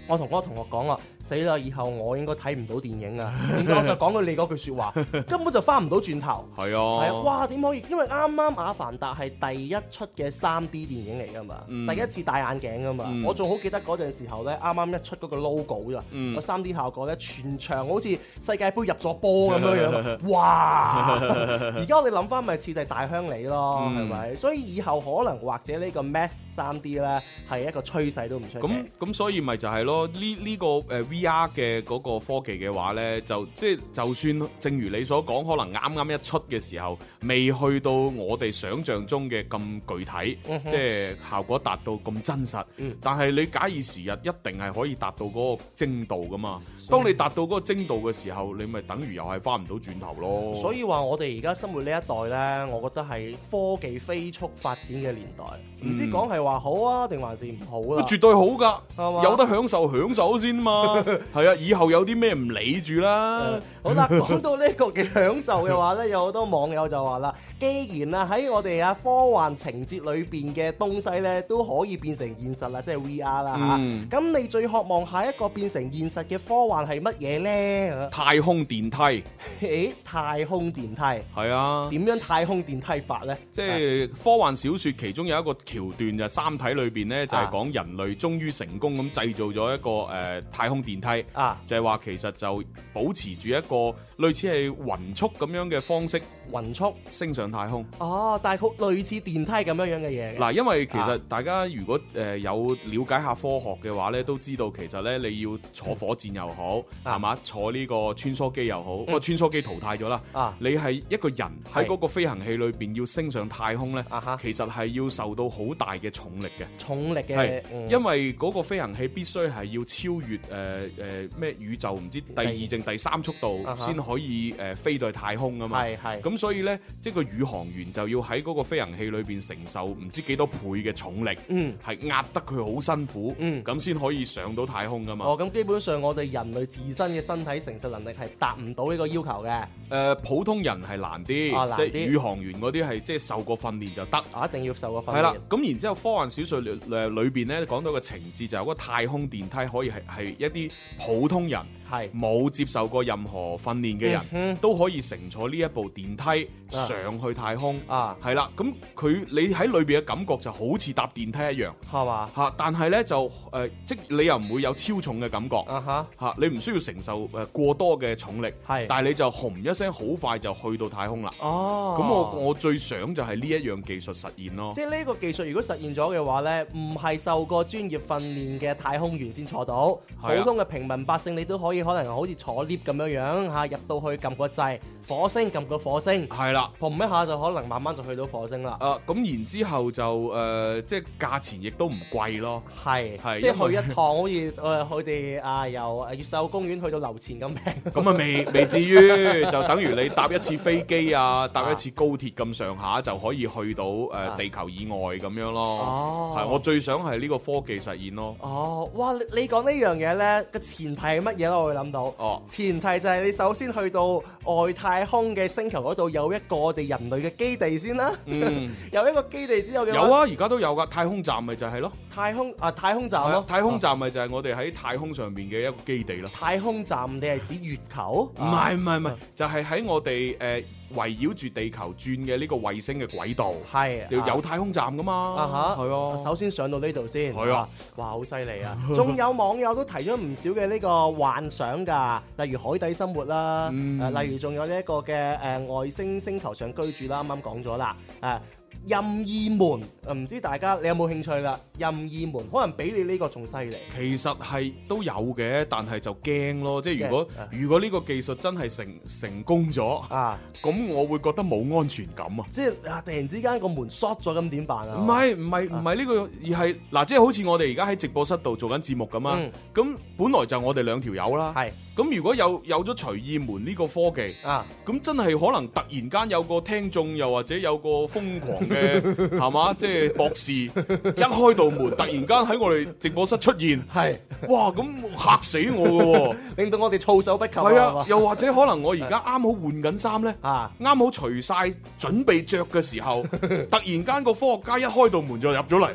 我同嗰個同學講啊，死啦！以後我應該睇唔到電影 啊。點解我就講佢你嗰句説話，根本就翻唔到轉頭。係係啊，啊，哇！點可以？因為啱啱《阿凡達》係第一出嘅三 D 電影嚟㗎嘛，嗯第一次戴眼鏡㗎嘛。嗯我仲好記得嗰陣時候呢，啱啱一出嗰個 logo 咋，嗯個三 D 效果呢，全場好似世界盃入咗波咁樣 樣。哇！而家我哋諗翻咪似係大鄉里咯，係嗯咪？所以以後可能或者呢個 Max 三 D 呢，係一個趨勢都唔出奇。咁咁所以咪就係咯，咯，呢呢個誒 VR 嘅嗰個科技嘅話呢，就即係就算正如你所講，可能啱啱一出嘅時候，未去到我哋想像中嘅咁具體，嗯即係效果達到咁真實。但係你假以時日，一定係可以達到嗰個精度噶嘛。當你達到嗰個精度嘅時候，你咪等於又係翻唔到轉頭咯。所以話我哋而家生活呢一代呢，我覺得係科技飛速發展嘅年代，唔知嗯講係話好啊，定還是唔好啦、絕對好㗎，係嘛有得享受享受先 嘛。係啊，以後有啲咩唔理住啦。好啦，講到呢個嘅享受嘅話呢，有好多網友就話啦，既然啊喺我哋啊科幻情節裏邊嘅東西呢，都可以變成現實啦，即係 VR 啦嗯嚇。咁、你最渴望下一個變成現實嘅科幻係乜嘢呢？太空電梯誒，太空電梯係啊。點樣太空電梯法呢？即係科幻小説其中有一個橋段就係三體裏邊呢，就係啊講人類終於成功咁製造咗一個誒、呃太空電梯，啊，就係話其實就保持住一個類似係雲速咁樣嘅方式雲速升上太空。哦，但係佢類似電梯咁樣樣嘅嘢嘅。嗱，因為其實啊大家如果誒、呃有了解下科學嘅話呢，都知道其實呢，你要坐火箭又好，啊嗯係嘛、坐呢個穿梭機又好，不過穿梭機淘汰咗啦。啊你係一個人喺係嗰個飛行器裏邊要升上太空呢，啊哈其實係要受到好大嘅重力嘅。重力係嘅，，嗯因為嗰個飛行器必須係要超越誒誒咩宇宙唔知第二第二定第三速度啊哈先可以誒、呃、飛到去太空啊嘛。係係咁所以呢，即係個宇航員就要喺嗰個飛行器裏邊承受唔知幾多倍嘅重力，嗯係壓得佢好辛苦，嗯咁先可以上到太空噶嘛。誒、哦，咁基本上我哋人類自身嘅身體承受能力係達唔到呢個要求嘅，呃普通人係難啲，哦難即啲係宇航員嗰啲係即係受過訓練就得。啊，一定要受過訓係啦練。，咁然之後科幻小説裏誒裏邊咧講到個情節就係嗰個太空電梯可以係係一啲普通人係冇接受過任何訓練嘅人、嗯都可以乘坐呢一部電梯啊上去太空。啊，係啦，咁佢你喺裏邊嘅感覺就好似搭電梯一樣係嘛？嚇，但係呢，就誒、呃即你又唔會有超重嘅感覺啊哈，嚇，你唔需要承受誒過多嘅重力，係但係你就紅一聲好快就去到太空啦。哦，咁我我最想就係呢一樣技術實現咯即。係呢個技術如果實現咗嘅話呢，唔係受過專業訓練嘅太空員先坐到，係啊普通嘅平民百姓你都可以可能好似坐 lift 咁樣樣嚇，入到去撳個掣，火星撳個火星，係啦。砰一下就可能慢慢就去到火星啦。啊，咁然之後就誒、呃即係價錢亦都唔貴咯。係，係即因為係去一趟好似誒佢哋啊由越秀公園去到樓前咁平。咁啊，未 未至於，就等於你搭一次飛機啊，搭一次高鐵咁上下就可以去到誒、呃啊地球以外咁樣咯。哦係我最想係呢個科技實現咯。哦，哇！你你講呢樣嘢呢個前提係乜嘢咧？我會諗到。哦前提就係你首先去到外太空嘅星球嗰度有一個我哋人類嘅基地先啦。嗯 有一個基地之後嘅話有，啊，而家都有噶，太空站咪就係咯，太空啊太空站係咯啊，太空站咪就係我哋喺太空上面嘅一個基地咯。太空站你係指月球？啊唔係唔係唔係，就係喺我哋誒圍繞住地球轉嘅呢個衛星嘅軌道，係就有太空站噶嘛。啊嚇，係啊，首先上到呢度先，係啊，哇，好犀利啊！仲有網友都提咗唔少嘅呢個幻想㗎，例如海底生活啦，嗯誒例如仲有呢一個嘅誒外星星球上居住啦，啱啱講咗啦，誒。任意門，誒唔知大家你有冇興趣啦？任意門可能比你呢個仲犀利，其實係都有嘅，但係就驚咯。即係如果驚啊如果呢個技術真係成成功咗，啊！咁我會覺得冇安全感啊。即係啊，突然之間個門 short 咗，咁點辦啊？唔係唔係唔係呢個，而係嗱，即係好似我哋而家喺直播室度做緊節目咁啊嗯。咁本來就我哋兩條友啦。係咁如果有有咗隨意門呢個科技，啊，咁真係可能突然間有個聽眾，又或者有個瘋狂 嘅係嘛，即係博士一開道門，突然間喺我哋直播室出現，係哇！咁嚇死我嘅 喎。令到我哋措手不及係係啊嘛，又或者可能我而家啱好換緊衫呢， 啊啱好除晒準備着嘅時 候，突然間個科學家一開到門就入咗嚟，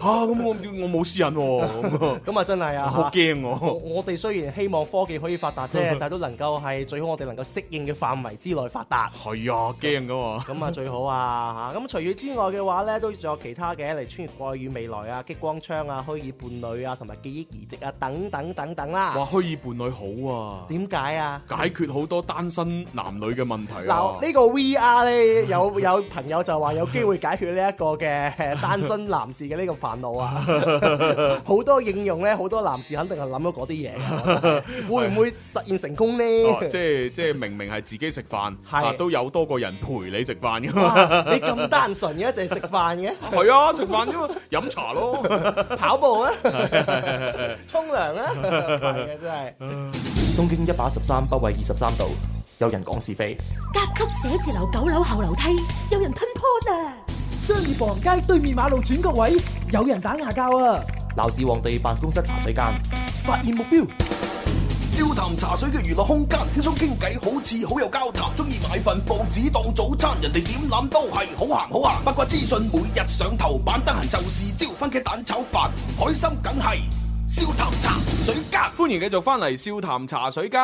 嚇咁我我冇私隱喎，咁咁啊真係 啊啊，好驚我我。我哋雖然希望科技可以發達 啫，但都能夠係最好我哋能夠適應嘅範圍之內發達。係啊，驚噶嘛。 咁啊最好啊嚇！咁除咗佢之外嘅話咧，都仲有其他嘅，例如穿越過去與未來啊、激光槍啊、虛擬伴侶啊、同埋記憶移植啊等等等等啦。哇，虛擬伴侶好啊，點解啊？解決好多單身男女嘅問題啊嗱，呢個 VR 咧，有 有朋友就話有機會解決呢一個嘅單身男士嘅呢個煩惱 啊！好多應用咧，好多男士肯定係諗咗嗰啲嘢嘅， 會唔會實現成功呢？哦即係即係明明係自己食飯，係啊都有多個人陪你食飯噶嘛，哇啊你咁單純嘅，淨係食飯嘅， 係啊，食飯啫嘛，飲茶咯。 跑步啊，沖涼啊，係嘅真係。東經一百一十三，北緯二十三度，有人講是非。甲級寫字樓九樓後樓梯，有人吞 p 啊！商業步行街對面馬路轉角位，有人打牙交啊！鬧市皇帝辦公室茶水間，發現目標。笑談茶水嘅娛樂空間，輕鬆傾偈，好似好有交談。中意買份報紙當早餐，人哋點諗都係好行好行。八卦資訊每日上頭版，得閒就是招番茄蛋炒飯，開心梗係笑談茶水間。歡迎繼續翻嚟《笑談茶水間》。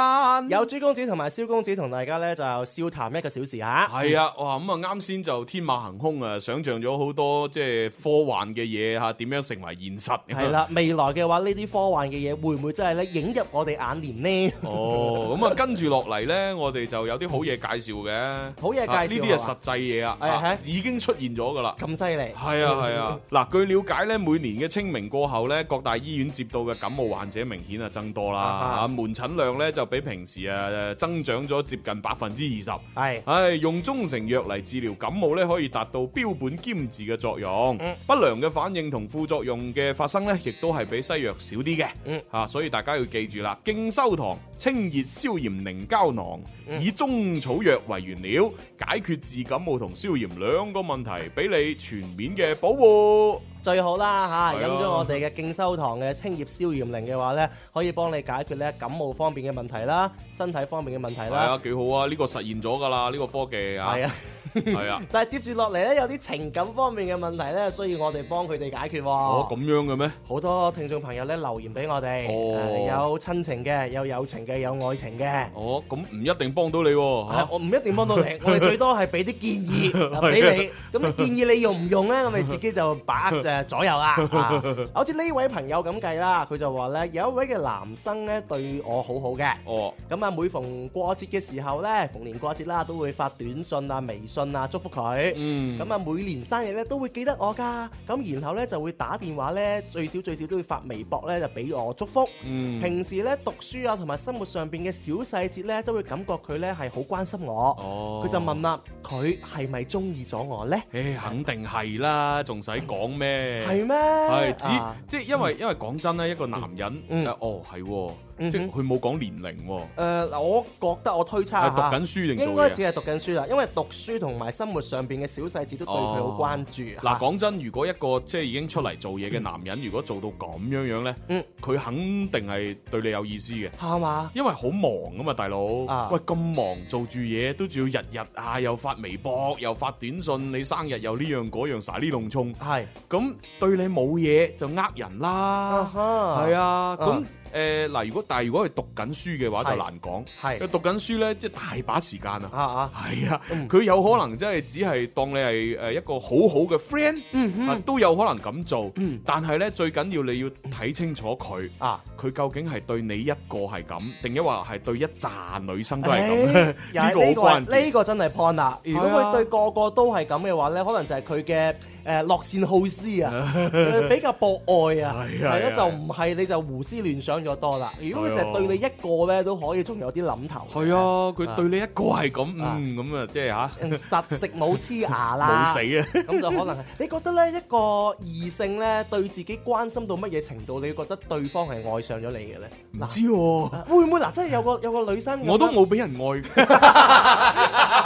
有朱公子同埋蕭公子同大家咧就笑談一個小時嚇。係啊，哇咁啊，啱先就天馬行空啊，想像咗好多即係科幻嘅嘢嚇，點樣成為現實？係。啦，未來嘅話，呢啲科幻嘅嘢會唔會真係咧影入我哋眼簾呢？ 哦，咁啊，跟住落嚟呢，我哋就有啲好嘢介紹嘅。好嘢介紹哎啊呢啲係係嘛實際嘢啊，係啊係已經出現咗噶啦。咁犀利，係啊係啊，嗱據了解咧，每年嘅清明過後咧，各大醫院接到嘅感冒患者明顯啊增多啦，啊啊門診量咧就比平時啊增長咗接近百分之二十。係唉，用中成藥嚟治療感冒咧，可以達到標本兼治嘅作用。嗯不良嘅反應同副作用嘅發生咧，亦都係比西藥少啲嘅。嗯啊，所以大家要記住啦，敬修堂清熱消炎凝膠囊，嗯以中草藥為原料，解決治感冒同消炎兩個問題，俾你全面嘅保護。最好啦係嚇！啊飲咗我哋嘅敬修堂嘅清熱消炎靈嘅話咧，可以幫你解決咧感冒方面嘅問題啦，身體方面嘅問題係啦，啊，幾好啊！呢、個實現咗㗎啦，呢、個科技啊，係啊。係啊，但係接住落嚟咧，有啲情感方面嘅問題咧，需要我哋幫佢哋解決喎。哦咁樣嘅咩？好多聽眾朋友咧留言俾我哋，哦誒有親情嘅，有友情嘅，有愛情嘅。哦，咁唔一定幫到你喎、係我唔一定幫到你， 我哋最多係俾啲建議係俾你。咁建議你用唔用咧？咁 你自己就把握誒左右啦。啊好似呢位朋友咁計啦，佢就話咧有一位嘅男生咧對我好好嘅。哦，咁啊，每逢過節嘅時候咧，逢年過節啦，都會發短信啊、微信啊，祝福佢。嗯，咁啊，每年生日咧都會記得我㗎，咁然後咧就會打電話咧，最少最少都會發微博咧就俾我祝福。嗯。平時咧讀書啊，同埋生活上邊嘅小細節咧，都會感覺佢咧係好關心我。哦佢就問啦：佢係咪中意咗我呢？唉，肯定係啦，仲使講咩？係咩？啊係係只即係因為因為講真咧，一個男人嗯誒哦係喎，嗯即係佢冇講年齡喎，誒嗱，我覺得我推測係讀下緊書定啊應做該嘢只啊。係讀緊書啦，因為讀書同埋生活上邊嘅小細節都對佢好關注。哦嗱，講真，如果一個即係已經出嚟做嘢嘅男人，如果做到咁樣樣咧嗯，佢肯定係對你有意思嘅。嚇係嘛？因為好忙啊嘛，大佬，啊喂咁忙做住嘢，都仲要日日啊，又發微博，又發短信，你生日又呢樣嗰樣，撒呢弄衝，係咁對你冇嘢就呃人啦。哈係啊，咁啊誒嗱，如果但係如果係讀緊書嘅話係就難講，因為係讀緊書咧即係大把時間啊。啊啊係啊，嗯佢有可能真係只係當你係誒一個好好嘅 friend，、嗯啊哼都有可能咁做。嗯但係咧最緊要你要睇清楚佢，啊！佢究竟係對你一個係咁，定抑或係對一紮女 生都係咁誒咧？哎又呢個係呢好關個啊鍵。呢個真係 point 啦！如果係啊佢對個個都係咁嘅話咧，可能就係佢嘅誒樂善好施 啊，誒比較博愛啊，係係啊係咯，啊就唔係你就胡思亂想咗多啦。如果佢係啊就係對你一個咧，都可以仲有啲諗頭。係啊，佢啊對你一個係咁，啊嗯咁啊，即係嚇嗯，實食冇黐牙冇啦，死啊！咁就可能係。你覺得咧一個異性咧對自己關心到乜嘢程度，你覺得對方係愛上咗你嘅咧？唔嗱知喎，啊會唔會嗱？真係有個有個女生咁樣， 我都冇俾人 愛。哦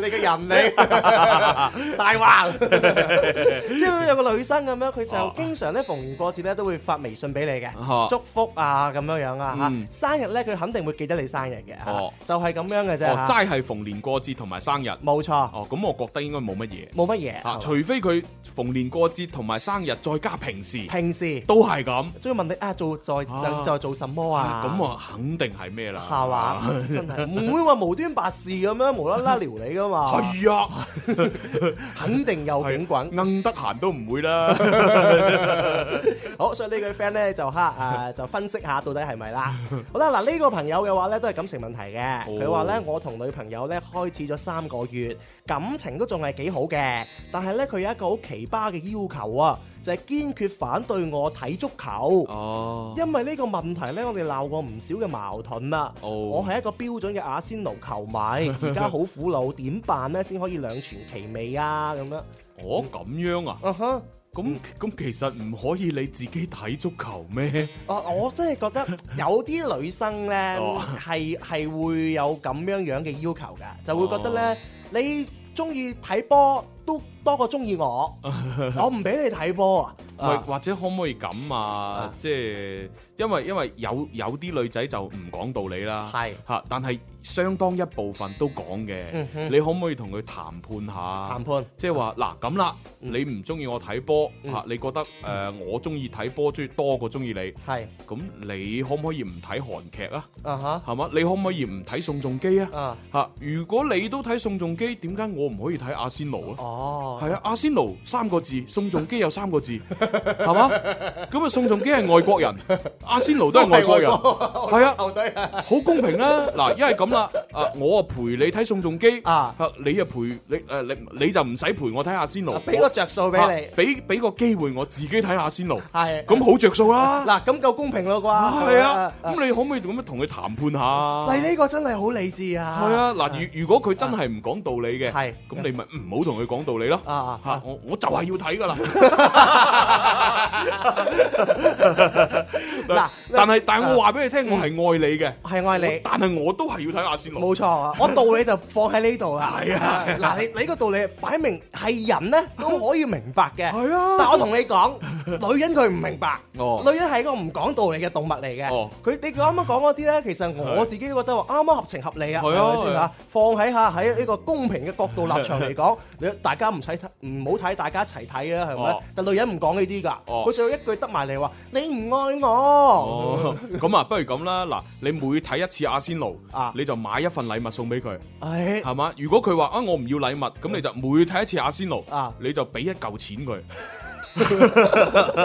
你個人你大話，即係有個女生咁樣，佢哦就經常咧逢年過節咧都會發微信俾你哦嘅，祝福啊咁樣樣啊嗯嚇。生日咧佢肯定會記得你生日嘅哦嚇，就係咁樣嘅啫哦，嚇。嗯齋係逢年過節同埋生日。冇錯，哦，咁我覺得應該冇乜嘢冇乜嘢。哦啊，除非佢逢年過節同埋生日，再加平時平時都係咁，中意問你啊做在啊在做什麼啊？咁啊肯定係咩啦？ 係嘛？真係唔會話無端白事咁樣無啦啦撩你噶嘛，係啊，肯定有警棍。硬得閒都唔 會啦。好，所以呢個 friend 咧就哈誒就分析下到底係咪 啦。好啦，嗱呢個朋友嘅話咧都係感情問題嘅。哦佢話咧我同女朋友咧開始咗三個月，感情都仲係幾好嘅，但係咧佢有一個好奇葩嘅要求啊，就係堅決反對我睇足球。哦，因為呢個問題呢，我哋鬧過唔少嘅矛盾啦。哦我係一個標準嘅阿仙奴球迷，而家好苦惱，點辦呢？先可以兩全其美啊？咁樣，哦咁樣啊，啊哈！咁咁其實唔可以你自己睇足球咩？啊我真係覺 得有啲女生呢哦係係會有咁樣樣嘅要求㗎，就會覺得哦呢，你中意睇波都多過中意 我，我唔俾你睇波啊！或啊或者可唔可以咁啊？即係因為因為有有啲女仔就唔講道理啦，係嚇，但係相當一部分都講嘅嗯。哼你可唔可以同佢談判下談？判即係話嗱咁啦，嗯你唔中意我睇波嗯嚇，你覺得誒我中意睇波中意多過中意你，係咁你可唔可以唔睇韓劇啊？啊哈係嘛？你可唔可以唔睇宋仲基啊？啊嚇！如果你都睇宋仲基，點解我唔可以睇阿仙奴啊？哦係啊，阿仙奴三個字，宋仲基有三 個字，係嘛？咁啊，宋仲基係外國人，阿仙奴都係外國人， 係啊，後底啊好公平啦。嗱，一係咁啦，啊，我啊陪你睇宋仲基，啊，你啊陪你誒你你就唔使陪我睇阿仙奴，啊俾個着數俾我你啊。俾俾個機會我自己睇阿仙奴，係啊咁好着數啦。嗱，咁夠公平咯啩？係啊，咁你可唔可以咁樣同佢談判下？嚟呢個真係好理智啊！係啊，嗱，如如果佢真係唔講道理嘅，係咁你咪唔好同佢講道理咯。啊啊嚇我我就係要睇噶啦。嗱 嗱，但係但係我話俾你聽，我係愛你 嘅，嗯係愛你我但係我都係要睇阿仙奴。冇錯 啊！我道理就放喺呢度啦。係啊係啊嗱，你你個道理擺明係人咧都可以明白嘅。係啊但我同你 講，女人佢唔明白。哦女人係一個唔講道理嘅動物嚟嘅。哦佢你啱啱講嗰啲咧，其實我係自己都覺得話啱啱合情合理啊，係啊係咪先係啊啊？放喺下喺呢個公平嘅角度立場嚟講， 你大家唔使睇，唔好睇，大家一齊睇啊，係咪哦？但女人唔講呢啲㗎，哦佢最後一句得埋嚟話：你唔愛我。哦，咁啊，不如咁啦，嗱，你每睇一次阿仙奴啊，你就買一份禮物送俾佢， 唉，係嘛？如果佢話啊，我唔要禮物，咁你就每睇一次阿仙奴嗯啊，你就俾一嚿錢 佢，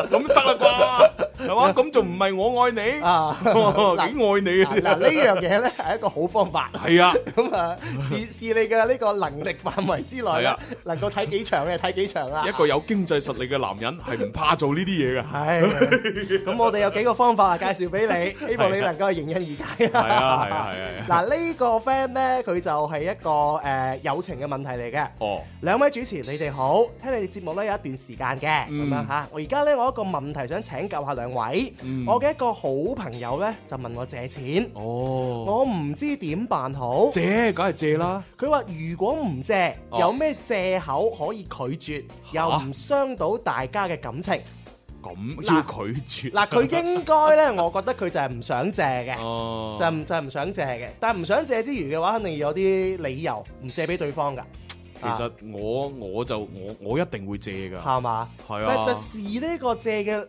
咁得啦啩，係嘛？咁仲唔係我愛你？嗯哦啊幾愛你嗱啊！呢樣嘢咧係一個好方法。係啊。咁啊，試試你嘅呢個能力範圍之內係咧啊，能夠睇幾場嘅睇幾場啦。一個有經濟實力嘅男人係唔怕做呢啲嘢嘅。係，咁我哋有幾個方法啊，介紹俾 你，希望你能夠迎刃而解啊。啊係啊係啊係啊係嗱，呢個 friend 咧，佢就係一個誒友情嘅問題嚟嘅。哦，兩位主持，你哋好，聽你哋節目咧有一段時間嘅咁嗯樣嚇。我而家咧，我有一個問題想請教下兩位。嗯我嘅一個好朋友咧就問我借錢，哦，我唔知點辦好。借梗係借啦，佢話：如果唔借，哦有咩借口可以拒絕，又唔傷到大家嘅感情？咁嗱要拒絕 嗱，佢應該呢，我覺得佢就係唔想借嘅，哦就係唔就係唔想借嘅。但係唔想借之餘嘅話，肯定有啲理由唔借俾對方㗎，啊其實我我就我我一定會借㗎，係嘛？係但就啊，視呢個借嘅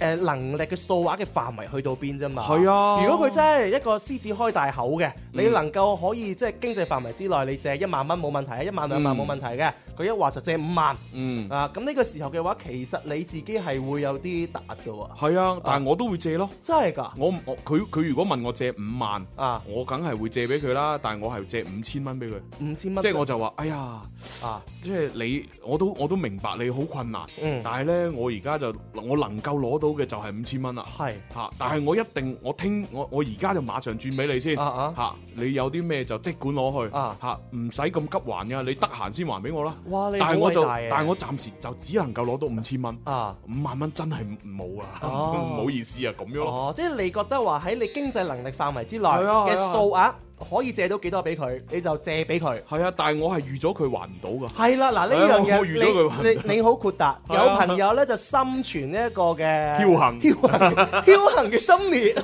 呃誒能力嘅數額嘅範圍去到邊啫嘛。係啊嗯如果佢真係一個獅子開大口嘅，你能夠可以即係經濟範圍之內，你借一萬蚊冇問題啊，一萬兩萬冇問題嘅。佢一話就借五萬。嗯，啊，咁呢個時候嘅話，其實你自己係會有啲突嘅喎，係啊，但係我都會借咯。真係㗎，我唔我佢佢如果問我借五萬，啊我梗係會借俾佢啦，但係我係借五千蚊俾佢，五千蚊，即係我就話，哎呀，啊，即係你我都我都明白你好困難，嗯，但係呢，我而家就我能夠攞到嘅就係五千蚊啦。係吓，但係我一定，我聽我我而家就馬上轉俾你先，啊吓啊，你有啲咩就即管攞去，啊吓唔使咁急還噶，你得閒先還俾我啦。哇，你但係我就，好偉大啊但係我暫時就只能夠攞到五千蚊，啊。五萬蚊真係冇啊，哦 唔好意思啊，咁樣咯。哦，即係你覺得話喺你經濟能力範圍之內係啊嘅係啊數額可以借到幾多俾佢，你就借俾佢。係啊，但係我係預咗佢還唔到噶。係啦，嗱呢係啊樣我預咗佢話嘢你你你好豁達，係啊有朋友咧就心存呢一個嘅僥倖僥倖僥倖嘅心 理，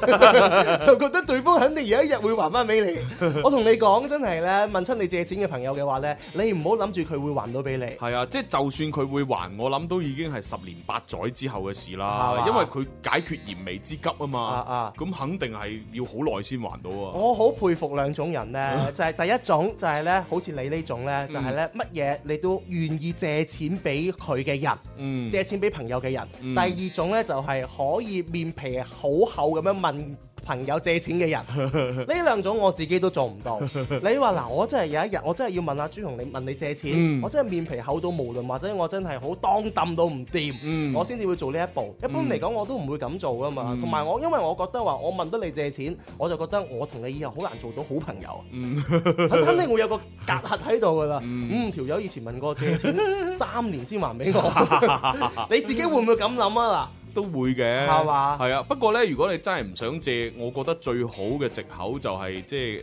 就覺得對方肯定有一日會還翻俾你。我同你講真係咧，問親你借錢嘅朋友嘅話咧，你唔好諗住佢會還到俾你。係啊，即係就算佢會還，我諗都已經係十年八載之後嘅事係啦嘛，因為佢解決燃眉之急啊啊啊嘛，咁肯定係要好耐先還到啊。我好佩服兩種人啊呢，就係第一種就係呢，好似你呢種呢，嗯就係呢乜嘢你都願意借錢俾佢嘅人，嗯，借錢俾朋友嘅人。嗯第二種呢，就係可以面皮好厚咁樣問朋友借錢嘅人。呢 兩種我自己都做唔到。你話嗱，我真係有一日我真係要問阿朱紅你問你借錢，嗯我真係面皮厚到無論或者我真係好當氹到唔掂。嗯，我先至會做呢一步。一般嚟講，我都唔會咁做噶嘛。同埋我，因為我覺得話，我問得你借錢，我就覺得我同你以後好難做到好朋友。嗯肯肯定會有個隔閡喺度噶啦。嗯嗯，條友以前問過借錢三年先還俾 我， 你自己會唔會咁諗啊？都會嘅，係嘛係啊，不過呢，如果你真係唔想借，我覺得最好嘅藉口就係即係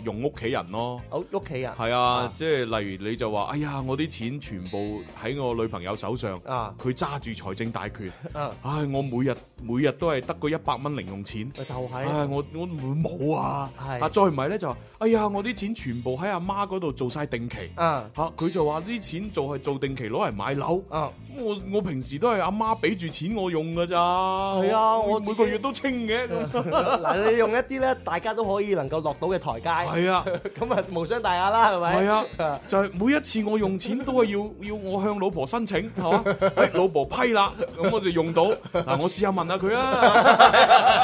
誒用屋企人咯。嗱，屋屋企人係啊，即係例如你就話，哎呀，我啲錢全部喺我女朋友手上，啊，佢揸住財政大權，啊唉，我每日每日都係得嗰一百蚊零用錢，咪就係唉，我我冇啊，係啊，再唔係呢，就話，哎呀，我啲錢全部喺阿媽嗰度做晒定期，啊 吓佢就話啲錢做係做定期攞嚟買樓，啊，我我平時都係阿媽俾住錢我用噶咋，係啊我每自每己個月都 清嘅，咁嗱，你用一啲咧，大家都可以能夠落到嘅台階，係啊。 咁啊無傷大雅啦，係咪？係啊 啊，就係每一次我用錢都係要要我向老婆申請，係 嘛？哎老婆批啦，咁我就用到。嗱，我試下問下 佢啊。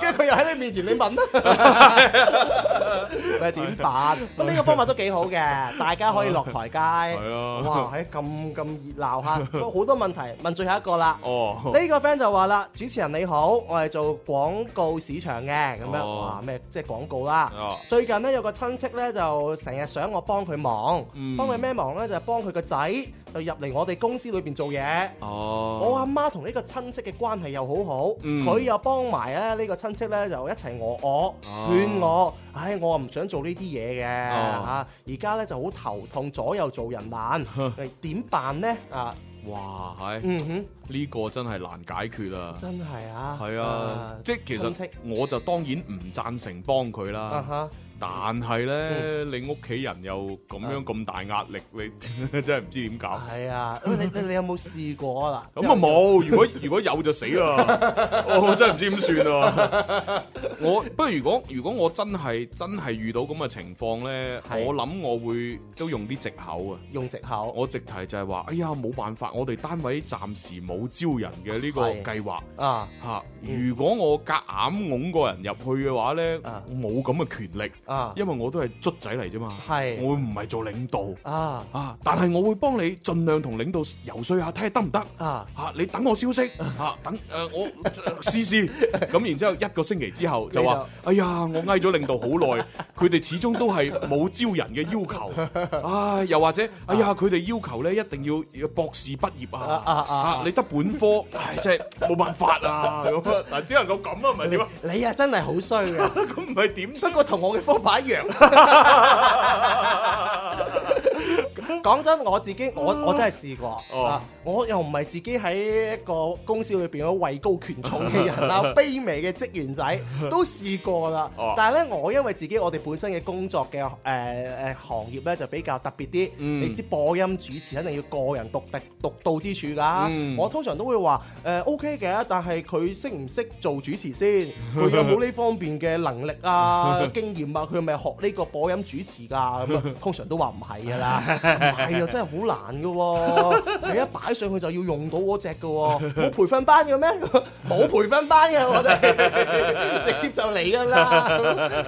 跟住佢又喺你面前，你問啦， 咪點啊辦？不過呢個方法都幾好嘅，大家可以落台階。係啊哇，喺咁咁熱鬧 嚇，不過好多問題問最後一個啦。哦，呢個 friend 就話啦：主持人你好，我係做廣告市場嘅，咁樣哦哇咩即係廣告啦。哦最近呢，有個親戚呢，就成日想我幫佢忙，嗯幫佢咩忙呢？就係幫佢個仔就入嚟我哋公司裏邊做嘢。我阿哦，媽同呢個親戚嘅關係又好好，嗯佢、又幫埋咧呢個親戚咧就一齊餓我，啊勸我，唉，我唔想做呢啲嘢嘅哦嚇，而家咧就好頭痛，左右做人 難，誒點辦呢？啊，哇，係嗯哼，呢個真係難解決啊。真係啊，係啊，即係其親實戚我就當然唔贊成幫佢啊啦，哈，嗯但係呢，你屋企人又咁樣咁大壓力，你 真係唔知點搞。啊係啊，喂你你你有冇試過啊？嗱咁啊冇，如果 如果有就死 啦，我真係唔知點算啊！ 我不過如果如果我真係真係遇到咁嘅情況呢，係我諗我會都用啲藉口啊！用藉口我直提就係話，哎呀冇辦法，我哋單位暫時冇招人嘅呢個係計劃啊嚇。嗯如果我夾硬拱個人入去嘅話呢，啊我冇咁嘅權力，啊，因為我都係卒仔嚟啫嘛，係我唔係做領導啊啊，但係我會幫你盡量同領導游說下，睇下得唔得。啊嚇、你等我消 息嚇、等誒、呃我呃試試，咁然之後一個星期之後就話：哎呀，我翳咗領導好 耐，佢哋始終都係冇招人嘅 要求，啊，又或者，哎呀，佢哋要求咧一定要要博士畢業啊，啊啊啊你得本科，唉，真係冇辦法啊，咁啊，嗱，只能夠咁啊，唔係點啊？ 你啊真係好衰嘅。咁唔係點啫？不過同我嘅方法一樣。 講真，我自己我我真係試過，哦啊我又唔係自己喺一個公司裏邊嗰位高權重嘅人啦， 卑微嘅職員仔都試過啦哦。但係呢，我因為自己我哋本身嘅工作嘅誒誒行業呢，就比較特別啲，嗯你知播音主持肯定要個人獨特獨到之處㗎。嗯我通常都會話誒、OK 嘅，但係佢識唔識做主持先？佢有冇呢方面嘅能力啊、 經驗啊？佢係咪學呢個播音主持㗎？咁啊， 通常都話唔係㗎啦，唔係啊，真係好難㗎喎、 你一擺上去就要用到嗰只㗎喎，冇培訓班嘅咩？ 冇培訓班嘅我 哋，直接就嚟㗎 啦。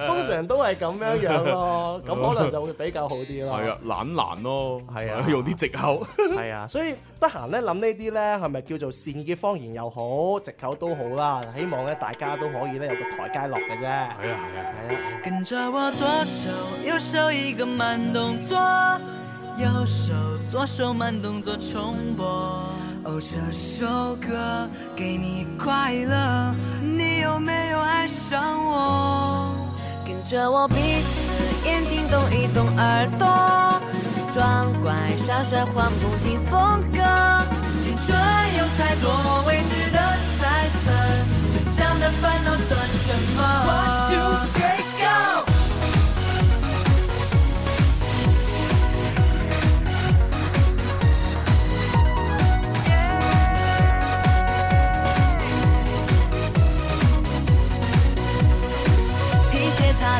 通常都係咁樣樣咯，咁可能就會比較好啲咯。係啊，懶難咯，係啊 用啲藉口，係啊，所以得閒咧諗呢啲咧，係咪叫做善意嘅方言又好，藉口都好啦。希望咧大家都可以咧有個台階落嘅啫。係係啊係啊，啊，跟着我左手右手一个慢动作，右手左手慢动作重播。哦，这首歌给你快乐，你有没有爱上我？跟着我鼻子、眼睛动一动，耳朵装乖耍帅，换不停风格。青春有太多未知的猜测，成长的烦恼算什么？One two three go。皮鞋擦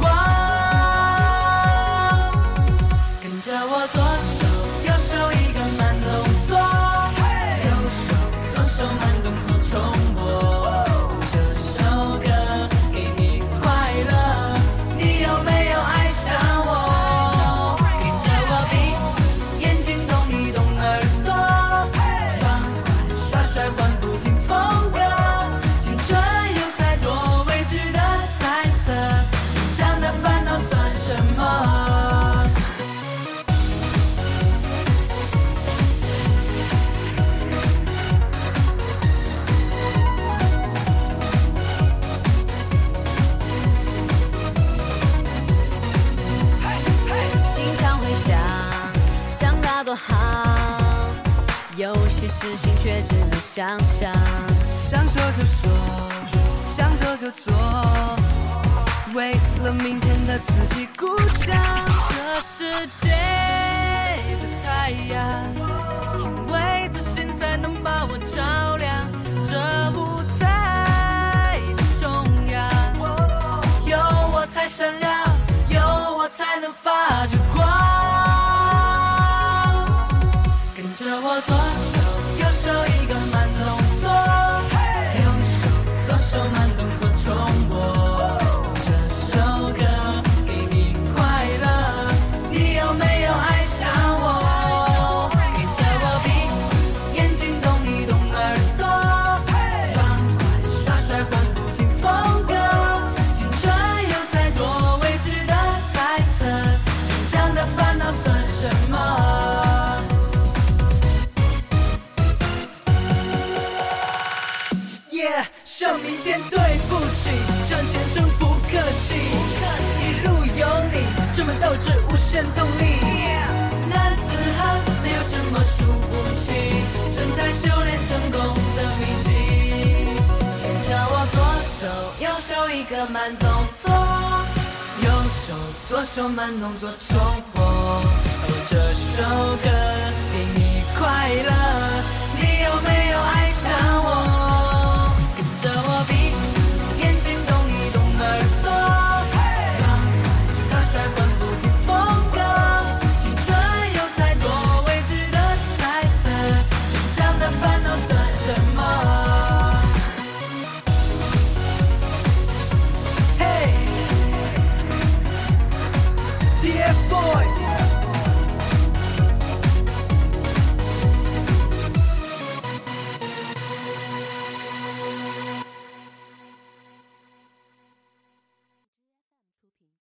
光。跟着我左手右手一个慢动作，右手左手慢动作重播。这首歌给你快乐，你有没有爱上我？跟着我鼻子眼睛动一动耳朵，装乖耍帅管不停风格。青春有太多未知的猜测，成长的烦恼算什么？经常会想，长大多好。有些事情却只能想想，想说就说，想做就做，为了明天的自己鼓掌。这世界的太阳，因为自信才能把我照亮。这舞台的中央，有我才闪亮，有我才能发着光。跟着我左手右手一个慢动作，右手左手慢动作重播。这首歌给你快乐，你有没有爱上我？跟着我鼻子眼睛动一动耳朵，装乖耍帅换不停风格。青春有太多未知的猜测，成长的烦恼算什么？耶向明天对不起，向前冲不客气，一路有你，这么斗志无限动力。男子汉没有什么输不起，正在修炼成功的秘籍。跟着我左手右手一个慢动作，右手左手慢动作重播。哦，这首歌给你快乐，你有没有爱上